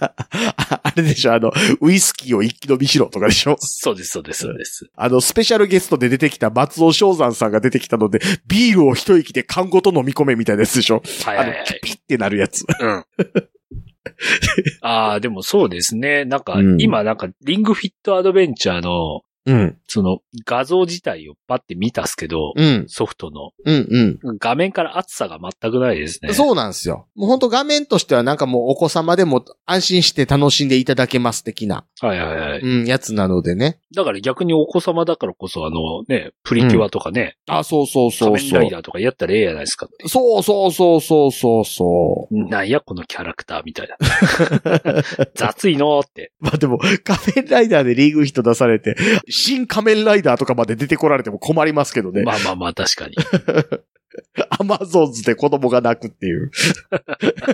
Speaker 3: あああれでしょあの、ウイスキーを一気飲みしろとかでしょ
Speaker 4: そうです、そうです、そうです。
Speaker 3: あの、スペシャルゲストで出てきた松尾正山さんが出てきたので、ビールを一息で缶ごと飲み込めみたいなやつでしょ
Speaker 4: はい
Speaker 3: あ
Speaker 4: は
Speaker 3: の
Speaker 4: いは、い。
Speaker 3: ピッてなるやつ。
Speaker 4: うん。ああ、でもそうですね。なんか
Speaker 3: う、ん
Speaker 4: 今なんか、リングフィットアドベンチャーの、
Speaker 3: うん。
Speaker 4: その画像自体をパッて見たっすけど、
Speaker 3: うん。
Speaker 4: ソフトの
Speaker 3: うん。
Speaker 4: 画面から厚さが全くないです
Speaker 3: う
Speaker 4: ね。
Speaker 3: ん。そうなんですよ。もう本当画面としてはなんかもうお子様でも安心して楽しんでいただけます的な、
Speaker 4: はいはいはい。
Speaker 3: うん、やつなのでね。
Speaker 4: だから逆にお子様だからこそ、あのね、プリキュアとかね、
Speaker 3: あ、そうそうそう
Speaker 4: 仮面ライダーとかやったらええやないですかって。
Speaker 3: そうそうそうそうそうそう。
Speaker 4: なんやこのキャラクターみたいな。 雑いのーって。
Speaker 3: まあでも、仮面ライダーでリーグヒット出されて、
Speaker 6: 新仮面ライダーとかまで出てこられても困りますけどね。
Speaker 4: まあまあまあ確かに。
Speaker 6: アマゾンズで子供が泣くっていう。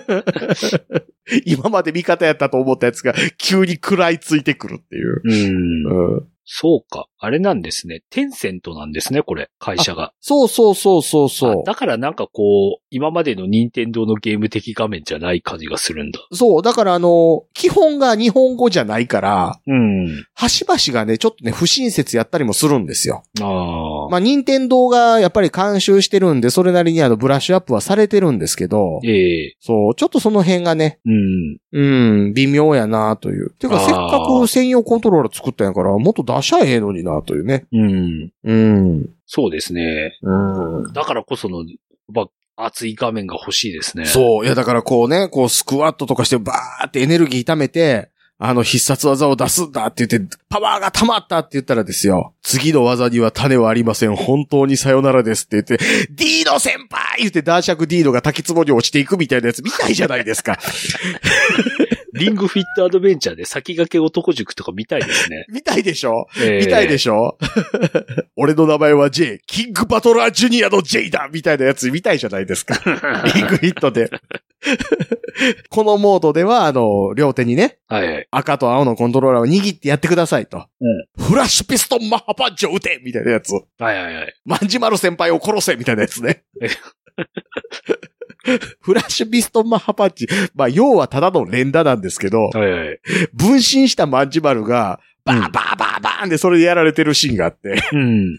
Speaker 6: 今まで味方やったと思ったやつが急に食らいついてくるっていう。
Speaker 4: うん。
Speaker 6: うん。
Speaker 4: そうか。あれなんですね。テンセントなんですね、これ。会社が。
Speaker 3: そうそうそうそう
Speaker 4: あ
Speaker 3: そ
Speaker 4: だからなんかこう、今までの任天堂のゲーム的画面じゃない感じがするんだ。
Speaker 3: う。そう、だからあの、基本が日本語じゃないから、
Speaker 4: うん。
Speaker 3: 端々がね、ちょっとね、不親切やったりもするんですよ。
Speaker 4: ああ。
Speaker 3: まあ、任天堂がやっぱり監修してるんで、それなりにあの、ブラッシュアップはされてるんですけど、
Speaker 4: ええ
Speaker 3: そう、ちょっとその辺がね、
Speaker 4: うん。
Speaker 3: うん、微妙やなという。てか、
Speaker 4: あー
Speaker 3: せっかく専用コントローラー作ったんやから、もっと出しゃええのになというね。
Speaker 4: うん。
Speaker 3: うん。
Speaker 4: そうですね。
Speaker 3: うん。
Speaker 4: だからこその、やっぱ、熱い画面が欲しいですね。
Speaker 3: そう。いや、だからこうね、こうスクワットとかしてバーってエネルギー溜めて、あの必殺技を出すんだって言って、パワーが溜まったって言ったらですよ。次の技には種はありません。本当にさよならですって言って、ディード先輩言って男爵ディードが滝壺に落ちていくみたいなやつ見ないじゃないです か。。
Speaker 4: リングフィットアドベンチャーで先駆け男塾とか見たいですね
Speaker 3: 見たいでしょ
Speaker 4: ええ
Speaker 3: 見たいでしょ 俺の名前は J、キングバトラージュニアの J だみたいなやつ見たいじゃないです か。 リングヒットで。このモードでは、あの、両手にね、
Speaker 4: はい。
Speaker 3: 赤と青のコントローラーを握ってやってくださいと。
Speaker 4: う
Speaker 3: フラッシュピストンマッハパンチを撃てみたいなや つ。
Speaker 4: はいはいはい。
Speaker 3: マンジマル先輩を殺せみたいなやつね
Speaker 4: え。
Speaker 3: フラッシュピストンマッハパンチ。まあ、要はただの連打なんですけど、
Speaker 4: はいはい。
Speaker 3: 分身したマンジマルが、バーンバーンバーンバーンでそれでやられてるシーンがあ って。
Speaker 4: うん。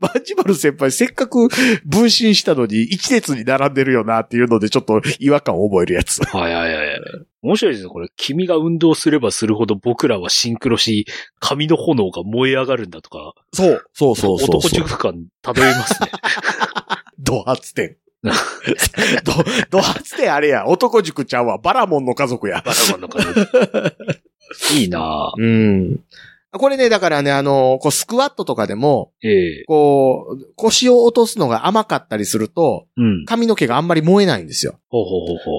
Speaker 3: マジマル先輩、せっかく分身したのに、一列に並んでるよなっていうので、ちょっと違和感を覚えるやつ。
Speaker 4: はいはいはいはい。面白いですね、これ。君が運動すればするほど僕らはシンクロし、髪の炎が燃え上がるんだとか、
Speaker 3: そう、そうそうそう
Speaker 4: 男塾感漂いますね。
Speaker 3: ド発 点。ド、ド発点あれや、男塾ちゃんはバラモンの家族や。
Speaker 4: バラマンの感 じ。いいなぁ。
Speaker 3: うん。これね、だからね、あの、こう、スクワットとかでも、
Speaker 4: ええ
Speaker 3: こう、腰を落とすのが甘かったりすると、
Speaker 4: うん。
Speaker 3: 髪の毛があんまり燃えないんですよ。
Speaker 4: ほうほうほうほう。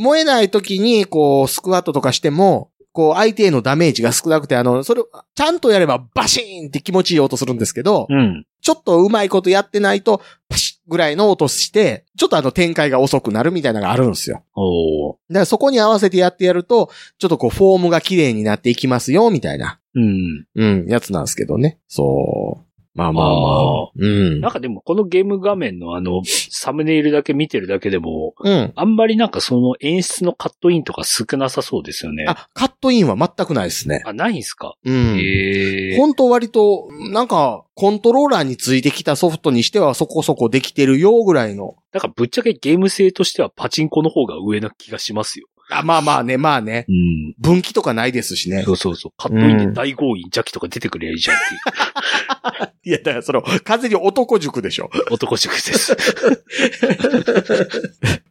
Speaker 3: 燃えない時に、こう、スクワットとかしても、こう、相手へのダメージが少なくて、あの、それ、ちゃんとやればバシーンって気持ちいい音するんですけど、
Speaker 4: うん。
Speaker 3: ちょっとうまいことやってないと、パシッぐらいの音して、ちょっとあの展開が遅くなるみたいなのがあるんですよ。
Speaker 4: おー
Speaker 3: だからそこに合わせてやってやると、ちょっとこう、フォームが綺麗になっていきますよ、みたいな、
Speaker 4: うん。
Speaker 3: うん、やつなんですけどね。そう。まあまあまあ。
Speaker 4: ああ。
Speaker 3: うん
Speaker 4: なん。かでもこのゲーム画面のあの、サムネイルだけ見てるだけでも、
Speaker 3: うん。
Speaker 4: あんまりなんかその演出のカットインとか少なさそうですよね。あ、
Speaker 3: あ、カットインは全くないですね。
Speaker 4: ないんすか、
Speaker 3: うん。
Speaker 4: ええ
Speaker 3: 本当割と、なんか、コントローラーについてきたソフトにしてはそこそこできてるよぐらいの。
Speaker 4: なんかぶっちゃけゲーム性としてはパチンコの方が上な気がしますよ。
Speaker 3: あ、まあまあね、まあね。
Speaker 4: うん。
Speaker 3: 分岐とかないですしね
Speaker 4: そ。うそうそう。カットイン
Speaker 3: う
Speaker 4: で
Speaker 3: ん
Speaker 4: 大豪院邪気とか出てくれゃいいじゃんって
Speaker 3: い
Speaker 4: いう。
Speaker 3: や、だからその、完全に男塾でし ょ。
Speaker 4: 男塾です。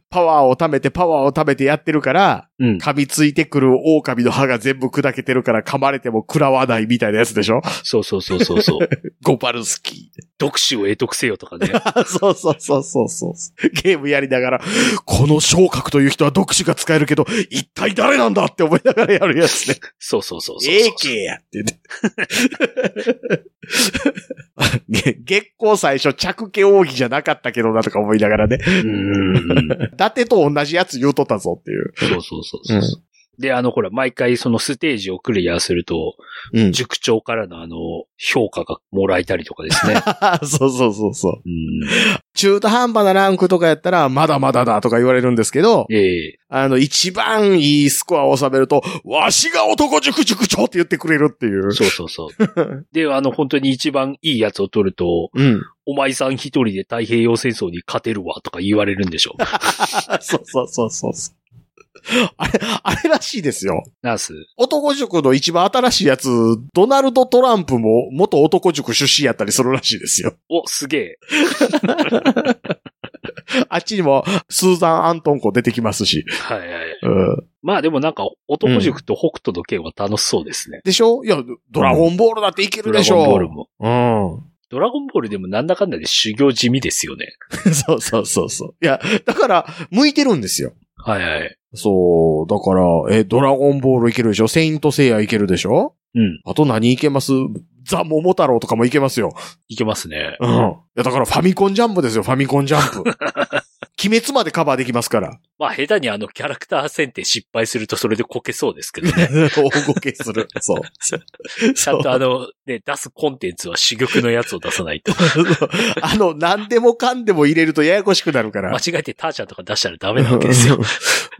Speaker 3: パワーを貯めて、パワーを貯めてやってるから、
Speaker 4: うん。
Speaker 3: 噛みついてくる狼の歯が全部砕けてるから噛まれても食らわないみたいなやつでしょ。
Speaker 4: そうそうそうそう そう。
Speaker 3: ゴパルスキー。
Speaker 4: 読書を得得せよとかね。
Speaker 3: あそうそうそうそうそう。ゲームやりながら、この昇格という人は読手が使えるけど、一体誰なんだって思いながらやるやつね。
Speaker 4: そうそうそうそう
Speaker 3: ええけやってね。 げ月光最初、着家奥義じゃなかったけどなとか思いながらね。
Speaker 4: うん。
Speaker 3: 伊達と同じやつ言うとったぞっていう。
Speaker 4: そうそうそうそうそう。で、あの、ほら、毎回そのステージをクリアすると、
Speaker 3: うん。
Speaker 4: 塾長からのあの、評価がもらえたりとかで すね。
Speaker 3: そうそうそうそう。
Speaker 4: うん。
Speaker 3: 中途半端なランクとかやったら、まだまだだとか言われるんですけど、
Speaker 4: ええ
Speaker 3: あの、一番いいスコアを収めると、わしが男塾塾長って言ってくれるっていう。
Speaker 4: そうそ うそう。で、あの、本当に一番いいやつを取ると、
Speaker 3: うん。
Speaker 4: お前さん一人で 太平洋戦争に勝てるわとか言われるんでしょ。
Speaker 3: そうそうそうそうそう。あれ、あれらしいですよ。
Speaker 4: なんす
Speaker 3: 男塾の一番新しいやつ、ドナルド・トランプも元男塾出身やったりするらしいですよ。
Speaker 4: お、すげえ。
Speaker 3: あっちにもスーザン・アントンコ出てきますし。
Speaker 4: はいはい。
Speaker 3: うん。
Speaker 4: まあでもなんか、男塾と北斗の剣は楽しそうですね。
Speaker 3: でしょいや、ドラゴンボールだっていける
Speaker 4: ドラ
Speaker 3: でし
Speaker 4: ゴンボール
Speaker 3: ょ。
Speaker 4: も。
Speaker 3: うん。
Speaker 4: ドラゴンボールでもなんだかんだで修行地味ですよね。
Speaker 3: そうそうそうそう。いや、だから、向いてるんですよ。
Speaker 4: はいはい。
Speaker 3: そう、だから、え、ドラゴンボールいけるでしょセイントセイヤいけるでしょ
Speaker 4: うん。
Speaker 3: あと何いけますザ・モモ太郎とかもいけますよ。
Speaker 4: いけますね。
Speaker 3: うん。いや、だからファミコンジャンプですよ、ファミコンジャンプ。鬼滅までカバーできますから。
Speaker 4: まあ下手にあのキャラクター選定失敗するとそれでこけそうですけどね。
Speaker 3: 大ごけする。 そう。
Speaker 4: ちゃんとあの、ね、出すコンテンツは珠玉のやつを出さないと。
Speaker 3: そうあの、何でもかんでも入れるとややこしくなるから。
Speaker 4: 間違えてターちゃんとか出したらダメなわけですよ。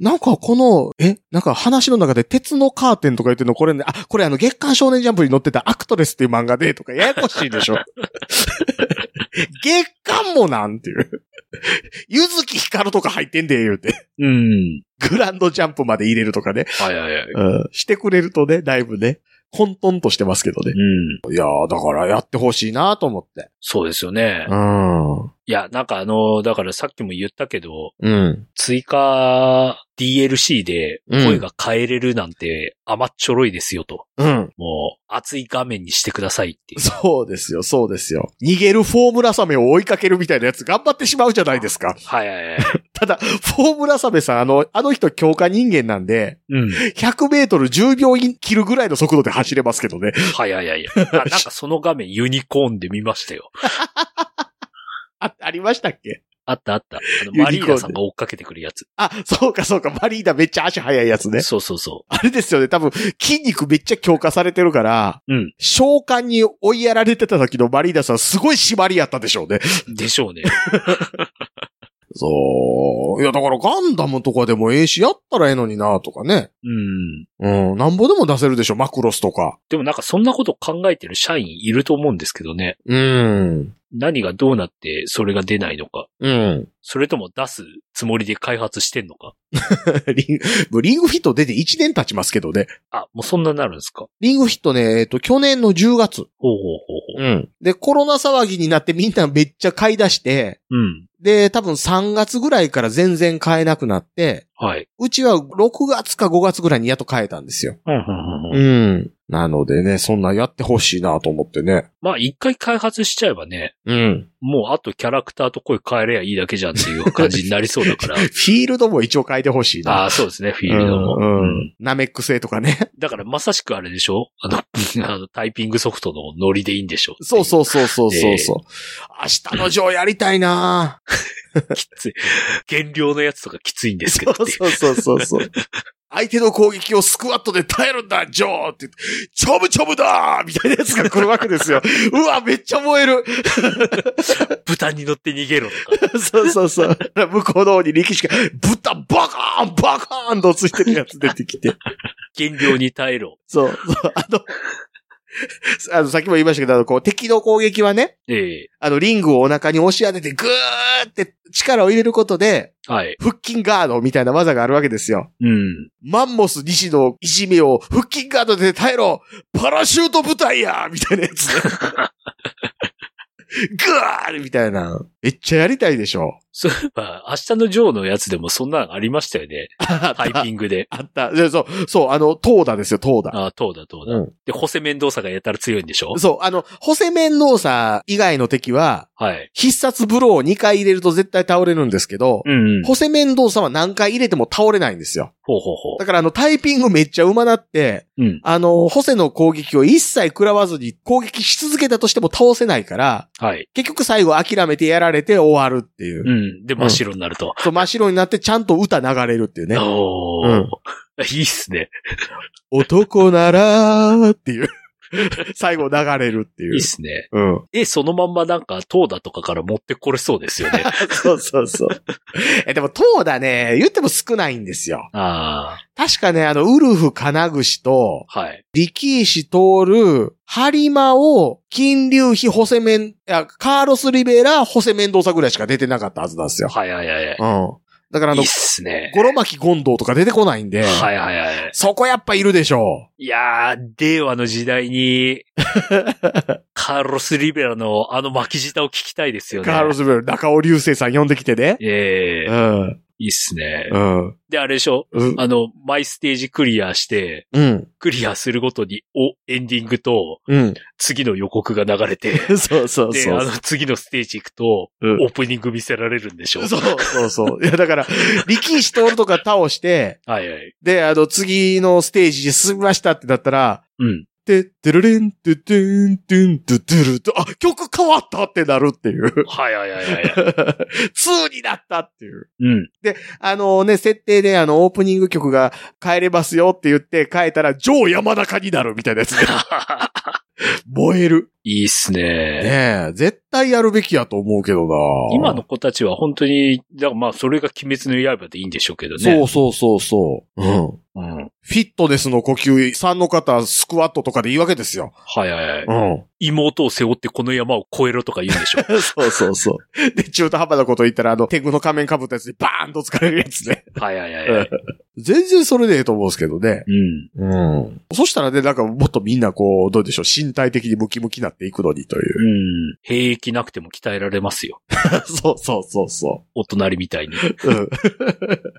Speaker 3: なんかこの、え、なんか話の中で鉄のカーテンとか言ってるの、これね、あ、これあの月刊少年ジャンプに載ってたアクトレスっていう漫画で、とかややこしいで しょ。月刊もなんていう。ゆずきひかるとか入ってんで、言うて。
Speaker 4: うん。
Speaker 3: グランドジャンプまで入れるとかね。
Speaker 4: はいはいはい。
Speaker 3: うん。してくれるとね、だいぶね、混沌としてますけどね。
Speaker 4: うん。
Speaker 3: いやー、だからやってほしいなと思って。
Speaker 4: そうですよね。
Speaker 3: ん。
Speaker 4: いや、なんかあの、だからさっきも言ったけど、
Speaker 3: うん。
Speaker 4: 追加 DLC で
Speaker 3: うん
Speaker 4: 声が変えれるなんて甘っちょろいですよと。
Speaker 3: うん。
Speaker 4: もう、熱い画面にしてくださいっていう。
Speaker 3: そうですよ、そうですよ。逃げるフォームラサメを追いかけるみたいなやつ頑張ってしまうじゃないですか。
Speaker 4: はいはいはい。
Speaker 3: ただ、フォームラサメさん、あの、あの人強化人間なんで、
Speaker 4: うん。
Speaker 3: 100メートル10秒切るぐらいの速度で走れますけどね。
Speaker 4: はいはい はい。ななんかその画面ユニコーンで見ましたよ。
Speaker 3: あ、ありましたっけ
Speaker 4: あったあった。あの、
Speaker 3: ユニコー
Speaker 4: マ
Speaker 3: ンで
Speaker 4: リーナさんが追っかけてくるやつ。
Speaker 3: あ、そうかそうか、マリーダめっちゃ足速いやつね。
Speaker 4: そうそうそ
Speaker 3: あれですよね、多分、筋肉めっちゃ強化されてるから、
Speaker 4: うん
Speaker 3: 召喚に追いやられてた時のマリーダさん、すごい縛りやったでしょうね。
Speaker 4: う。でしょうね。
Speaker 3: そう。いや、だからガンダムとかでもええし、やったらええのになとかね。
Speaker 4: うん。
Speaker 3: うん、なんぼでも出せるでしょ、マクロスとか。
Speaker 4: でもなんかそんなこと考えてる社員いると思うんですけどね。
Speaker 3: うん。
Speaker 4: 何がどうなってそれが出ないのか。
Speaker 3: うん。
Speaker 4: それとも出すつもりで開発してんのか。
Speaker 3: リング、リングフィット出て1年経ちますけどね。
Speaker 4: あ、もうそんなになるんですか。
Speaker 3: リングフィットね、えっと、去年の10月。
Speaker 4: ほうほうほうほ
Speaker 3: ん。で、コロナ騒ぎになってみんなめっちゃ買い出して、
Speaker 4: う。うん。
Speaker 3: で、多分3月ぐらいから全然買えなくなって、
Speaker 4: はい。
Speaker 3: うちは6月か5月ぐらいにやっと買えたんですよ。
Speaker 4: うんうんうん。
Speaker 3: ん。なのでね、そんなやってほしいなと思ってね。
Speaker 4: まあ一回開発しちゃえばね、
Speaker 3: うん。
Speaker 4: もうあとキャラクターと声変えればいいだけじゃんっていう感じになりそうだ から
Speaker 3: フ。ィールドも一応変えてほしいな。
Speaker 4: ああ、そうですね、フィールドも。
Speaker 3: うんう
Speaker 4: うん
Speaker 3: ん。ナメック星とかね。
Speaker 4: だからまさしくあれでしょあの、 あのタイピングソフトのノリでいいんでしょ
Speaker 3: そうそうそうそうそう
Speaker 4: そ
Speaker 3: そう。明日のジョーやりたいな
Speaker 4: きつい。減量のやつとかきついんですけ
Speaker 3: そ
Speaker 4: ど
Speaker 3: う
Speaker 4: っていう
Speaker 3: そうそうそうそう。相手の攻撃をスクワットで耐えるんだ、ジョーって言って、ちょぶちょぶだーみたいなやつが来るわけ ですよ。うわ、めっちゃ燃える
Speaker 4: 豚に乗って逃げろとか。
Speaker 3: そうそうそう。向こうの方に力士が、豚バカーンバカーンとついてるやつ出てきて。
Speaker 4: 減量に耐えろ。
Speaker 3: そう、そう、あの、あの、さっきも言いましたけど、あの、こう、敵の攻撃はね、
Speaker 4: ええ
Speaker 3: あの、リングをお腹に押し当てて、ぐーって力を入れることで、
Speaker 4: はい。
Speaker 3: 腹筋ガードみたいな技があるわけですよ。
Speaker 4: うん。
Speaker 3: マンモス西のいじめを腹筋ガードで耐えろパラシュート部隊やみたいなやつ。 グワーみたいな。めっちゃやりたいでしょ。
Speaker 4: そういえば、明日のジョーのやつでもそんなのありましたよね。タイピングで。
Speaker 3: あった。でそう、そう、あの、投打ですよ、投打。
Speaker 4: ああ、どうだどうだ。
Speaker 3: うん
Speaker 4: で、ホセ面倒さがやたら強いんでしょ
Speaker 3: そう、あの、ホセメンノーサ以外の敵は、
Speaker 4: はい。
Speaker 3: 必殺ブローを2回入れると絶対倒れるんですけど、
Speaker 4: うん、うん。
Speaker 3: ホセメンドーサは何回入れても倒れないんですよ。
Speaker 4: ほうほうほ
Speaker 3: だからあのタイピングめっちゃうまなって、
Speaker 4: う。うん。
Speaker 3: あの、ホセの攻撃を一切食らわずに攻撃し続けたとしても倒せないから、
Speaker 4: はい。
Speaker 3: 結局最後諦めてやられて終わるっていう。
Speaker 4: うん。で、真っ白になると。
Speaker 3: そう真っ白になってちゃんと歌流れるっていうね。
Speaker 4: おー。
Speaker 3: うん
Speaker 4: いいっすね。
Speaker 3: 男ならっていう。最後流れるっていう。
Speaker 4: いいっすね。
Speaker 3: うん。
Speaker 4: え、そのまんまなんか、トーダとかから持ってこれそうですよね。
Speaker 3: そうそうそう。え、でも、トーダね、言っても少ないんですよ。
Speaker 4: あ
Speaker 3: 確かね、あの、ウルフ金串と、
Speaker 4: あ。はい。
Speaker 3: 力石通る、ハリマを、金龍飛、ホセメン、いや、カーロス・リベラ、ホセメンドーサぐらいしか出てなかったはずなんですよ。
Speaker 4: はいはいはいはい。
Speaker 3: うん。だからあ
Speaker 4: いい
Speaker 3: の
Speaker 4: っ、すね。
Speaker 3: ゴロ巻きゴンドウとか出てこないんで、
Speaker 4: はいはいはい。
Speaker 3: そこやっぱいるでしょ
Speaker 4: いやー、令和の時 代に、カーロス・リベラのあの巻き舌を聞きたいですよ
Speaker 3: う。
Speaker 4: ね。
Speaker 3: カールズベル、中尾流星さん呼んできてね。
Speaker 4: ええ
Speaker 3: うん。
Speaker 4: いいっすね。
Speaker 3: うん。
Speaker 4: で、あれでしょ
Speaker 3: うん
Speaker 4: あの、マイステージクリアして、
Speaker 3: うん。
Speaker 4: クリアするごとに、お、エンディングと、
Speaker 3: うん。
Speaker 4: 次の予告が流れて、
Speaker 3: そうそう
Speaker 4: で、
Speaker 3: そ
Speaker 4: あ
Speaker 3: う
Speaker 4: の。次のステージ行くと、
Speaker 3: うん
Speaker 4: オープニング見せられるんでしょ
Speaker 3: そうそうそう。いや、だから、力士徹とか倒して、
Speaker 4: はいはい。
Speaker 3: で、あの、次のステージに進みましたってなったら、
Speaker 4: うん。
Speaker 3: て、てるれん、ててん、てん、ててると、あ、曲変わったってなるっていう。
Speaker 4: はいはいはいはい。
Speaker 3: 2になったっていう。
Speaker 4: うん。
Speaker 3: あのね、設定であの、オープニング曲が変えれますよって言って変えたら、ジョー山中になるみたいなやつね 燃える。
Speaker 4: いいっすね。
Speaker 3: ねえ、絶対やるべきやと思うけどな
Speaker 4: 今の子たちは本当に、だからまあそれが鬼滅の刃でいいんでしょうけどね。
Speaker 3: そうそうそうそう。うん。
Speaker 4: うん。
Speaker 3: フィットネスの呼吸3の方、スクワットとかでいいわけですよ。
Speaker 4: はいはいはい。
Speaker 3: ん。
Speaker 4: 妹を背負ってこの山を越えろとか言うんでしょ。
Speaker 3: そうそうそう。 で、中途半端なこと言ったら、あの、天狗の仮面被ったやつにバーンと疲れるやつね。
Speaker 4: はいはいはいはい。
Speaker 3: 全然それでええと思うんですけどね。
Speaker 4: うん。
Speaker 3: うん。そしたらね、なんかもっとみんなこう、どうでしょう、身体的にムキムキになっていくのにという。
Speaker 4: うん。兵役なくても鍛えられますよ。
Speaker 3: そうそうそうそ
Speaker 4: お隣みたいに。
Speaker 3: う。うん。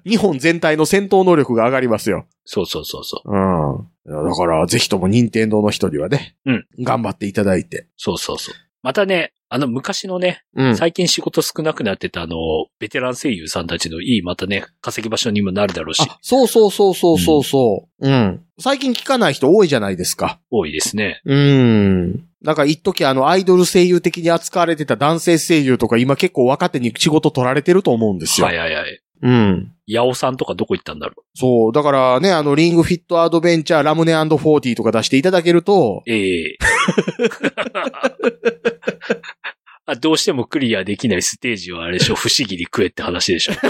Speaker 3: 日本全体の戦闘能力が上がりますよ。
Speaker 4: そうそうそうそう。
Speaker 3: うん。だから、ぜひとも任天堂の人にはね、
Speaker 4: うん。
Speaker 3: 頑張っていただいて。
Speaker 4: そうそうそう。またね、あの昔のね、
Speaker 3: うん。
Speaker 4: 最近仕事少なくなってたあの、ベテラン声優さんたちのいいまたね、稼ぎ場所にもなるだろうし、
Speaker 3: あ、そうそうそうそうそうそう。うん。最近聞かない人多いじゃないですか。
Speaker 4: 多いですね。
Speaker 3: うん。なんか一時あのアイドル声優的に扱われてた男性声優とか今結構若手に仕事取られてると思うんですよ。
Speaker 4: はいはいはい。
Speaker 3: うん。
Speaker 4: ヤオさんとかどこ行ったんだろ
Speaker 3: そう。だからね、あの、リングフィットアドベンチャー、ラムネ &40 とか出していただけると、
Speaker 4: う。え えあどうしてもクリアできないステージはあれでしょ、不思議に食えって話 でしょ。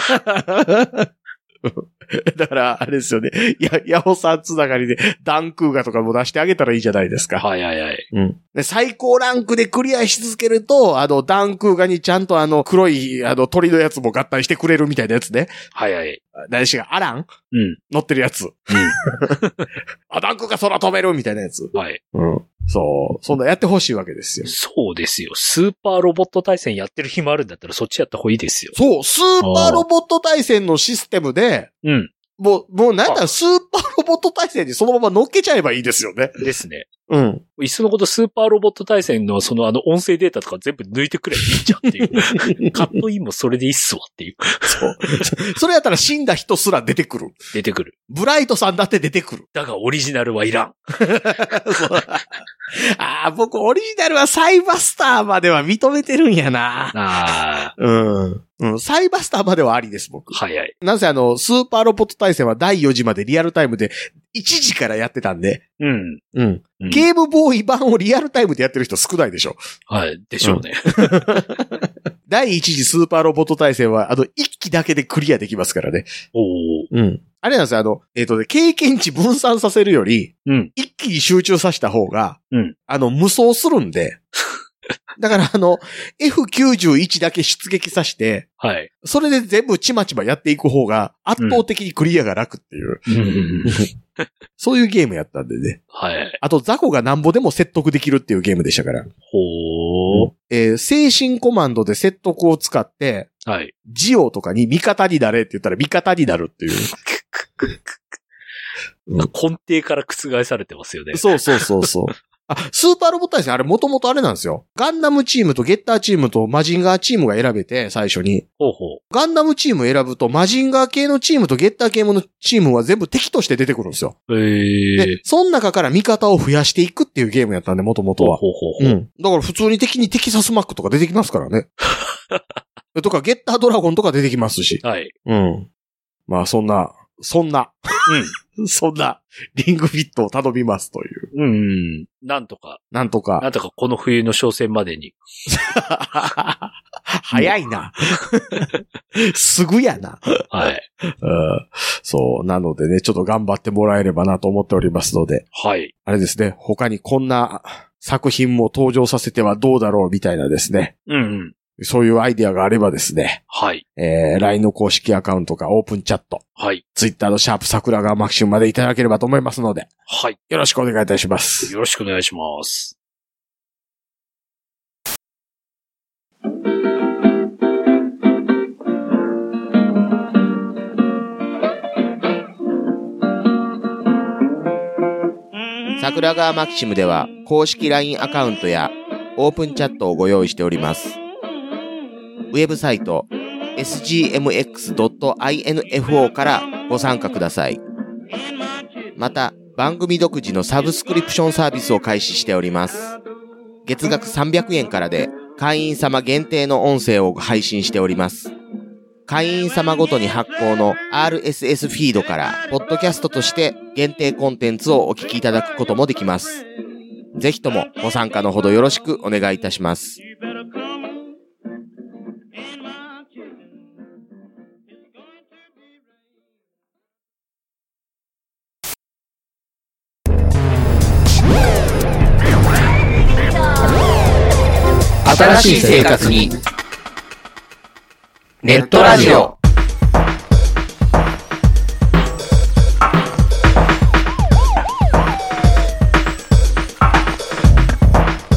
Speaker 3: だから、あれですよね。や、ヤホさんつながりで、ダンクーガとかも出してあげたらいいじゃないですか。
Speaker 4: はいはいはい。
Speaker 3: うん。で、最高ランクでクリアし続けると、あの、ダンクーガにちゃんとあの、黒い、あの、鳥のやつも合体してくれるみたいなやつね。
Speaker 4: はいはい。
Speaker 3: 何しが、アラン
Speaker 4: うん。
Speaker 3: 乗ってるやつ。あ、ダンクーガ空飛べるみたいなやつ。
Speaker 4: はい。
Speaker 3: うん。そう。そんなやってほしいわけですよ。
Speaker 4: そうですよ。スーパーロボット対戦やってる暇あるんだったらそっちやった方がいいですよ。
Speaker 3: そう、スーパーロボット対戦のシステムで、
Speaker 4: うん。
Speaker 3: もう、もうなんだスーパーロボット対戦にそのまま乗っけちゃえばいいですよね。
Speaker 4: ですね。
Speaker 3: うん。
Speaker 4: いっそのことスーパーロボット対戦のそのあの音声データとか全部抜いてくればいいじゃんって いう。カットインもそれでいいっすわっていう。
Speaker 3: そう。それやったら死んだ人すら出てくる。
Speaker 4: 出てくる。
Speaker 3: ブライトさんだって出てくる。
Speaker 4: だがオリジナルはいらん。
Speaker 3: ああ、僕オリジナルはサイバスターまでは認めてるんやな。
Speaker 4: ああ。
Speaker 3: うん。うん、サイバスターまではありです、僕。
Speaker 4: 早い。
Speaker 3: なんせあの、スーパーロボット対戦は第4次までリアルタイムで、1時からやってたんで、
Speaker 4: うん。
Speaker 3: うん。
Speaker 4: うん
Speaker 3: ゲームボーイ版をリアルタイムでやってる人少ないでしょ。
Speaker 4: はい。でしょうね。
Speaker 3: 第1次スーパーロボット対戦は、あの、1機だけでクリアできますからね。
Speaker 4: おお。
Speaker 3: うん。あれなんですよ、あの、えっ、とね、経験値分散させるより、
Speaker 4: うん。
Speaker 3: 一気に集中させた方が、
Speaker 4: うん
Speaker 3: あの、無双するんで、 だからあの、F91 だけ出撃させて、
Speaker 4: はい。
Speaker 3: それで全部ちまちまやっていく方が圧倒的にクリアが楽っていう、そういうゲームやったんでね。
Speaker 4: はい。
Speaker 3: あと、ザコがなんぼでも説得できるっていうゲームでしたから。
Speaker 4: ほー。
Speaker 3: えー精神コマンドで説得を使って、
Speaker 4: はい。
Speaker 3: ジオとかに味方になれって言ったら味方になるっていう。うん
Speaker 4: 根底から覆されてますよね。
Speaker 3: そうそうそうそう。あ、スーパーロボット対戦、あれもともとあれなんですよ。ガンダムチームとゲッターチームとマジンガーチームが選べて、最初に。
Speaker 4: ほうほう。
Speaker 3: ガンダムチーム選ぶと、マジンガー系のチームとゲッター系のチームは全部敵として出てくるんですよ。
Speaker 4: え
Speaker 3: で
Speaker 4: え。、
Speaker 3: その中から味方を増やしていくっていうゲームやったんで、もともと
Speaker 4: ほう
Speaker 3: は。
Speaker 4: ほうほう
Speaker 3: う
Speaker 4: ほう。
Speaker 3: ん。だから普通に敵にテキサスマックとか出てきますからね。 とか、ゲッタードラゴンとか出てきますし。
Speaker 4: はい。
Speaker 3: うん。まあ、そんな、そんな、 そんな、リングフィットを頼みますという。
Speaker 4: うん。うん。なんとか、
Speaker 3: なんとか
Speaker 4: なん。とかこの冬の商戦までに。
Speaker 3: 早いな。 すぐやな、
Speaker 4: はい。
Speaker 3: うんそう。なのでね、ちょっと頑張ってもらえればなと思っておりますので、
Speaker 4: はい。
Speaker 3: あれですね、他にこんな作品も登場させてはどうだろうみたいなですね、
Speaker 4: うんうん。
Speaker 7: そういうアイデアがあればですね、
Speaker 4: はい。
Speaker 7: えー、LINE の公式アカウントかオープンチャット、
Speaker 4: はい。
Speaker 7: Twitter のシャープ桜川マキシムまでいただければと思いますので、
Speaker 4: はい。
Speaker 7: よろしくお願いいたします。
Speaker 4: よろしくお願いします。
Speaker 3: 桜川マキシムでは公式 LINE アカウントやオープンチャットをご用意しております。ウェブサイト sgmx.info からご参加ください。また、番組独自のサブスクリプションサービスを開始しております。月額300円からで会員様限定の音声を配信しております。会員様ごとに発行の RSS フィードから、ポッドキャストとして限定コンテンツをお聞きいただくこともできます。ぜひともご参加のほどよろしくお願いいたします。
Speaker 8: 新しい生活に、ネットラジオ。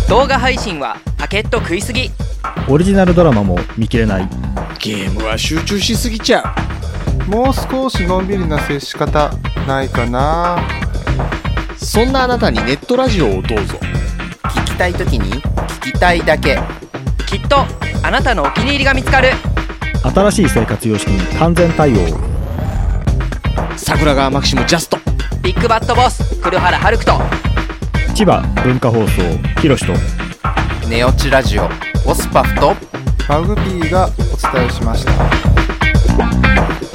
Speaker 9: 動画配信はパケット食いすぎ
Speaker 10: オリジナルドラマも見切れない
Speaker 7: ゲームは集中しすぎちゃう。
Speaker 11: もう少しのんびりな接し方ないかな
Speaker 7: そんなあなたにネットラジオをどうぞ。
Speaker 8: 聞きたいときに、聞きたいだけ。
Speaker 9: きっとあなたのお気に入りが見つかる
Speaker 10: 新しい生活様式に完全対応
Speaker 7: 桜川マキシムジャスト。
Speaker 9: ビッグバットボス黒原遥人
Speaker 10: 千葉文化放送ひろしと
Speaker 8: ネオチラジオ、オスパフと、
Speaker 11: マグピーがお伝えしました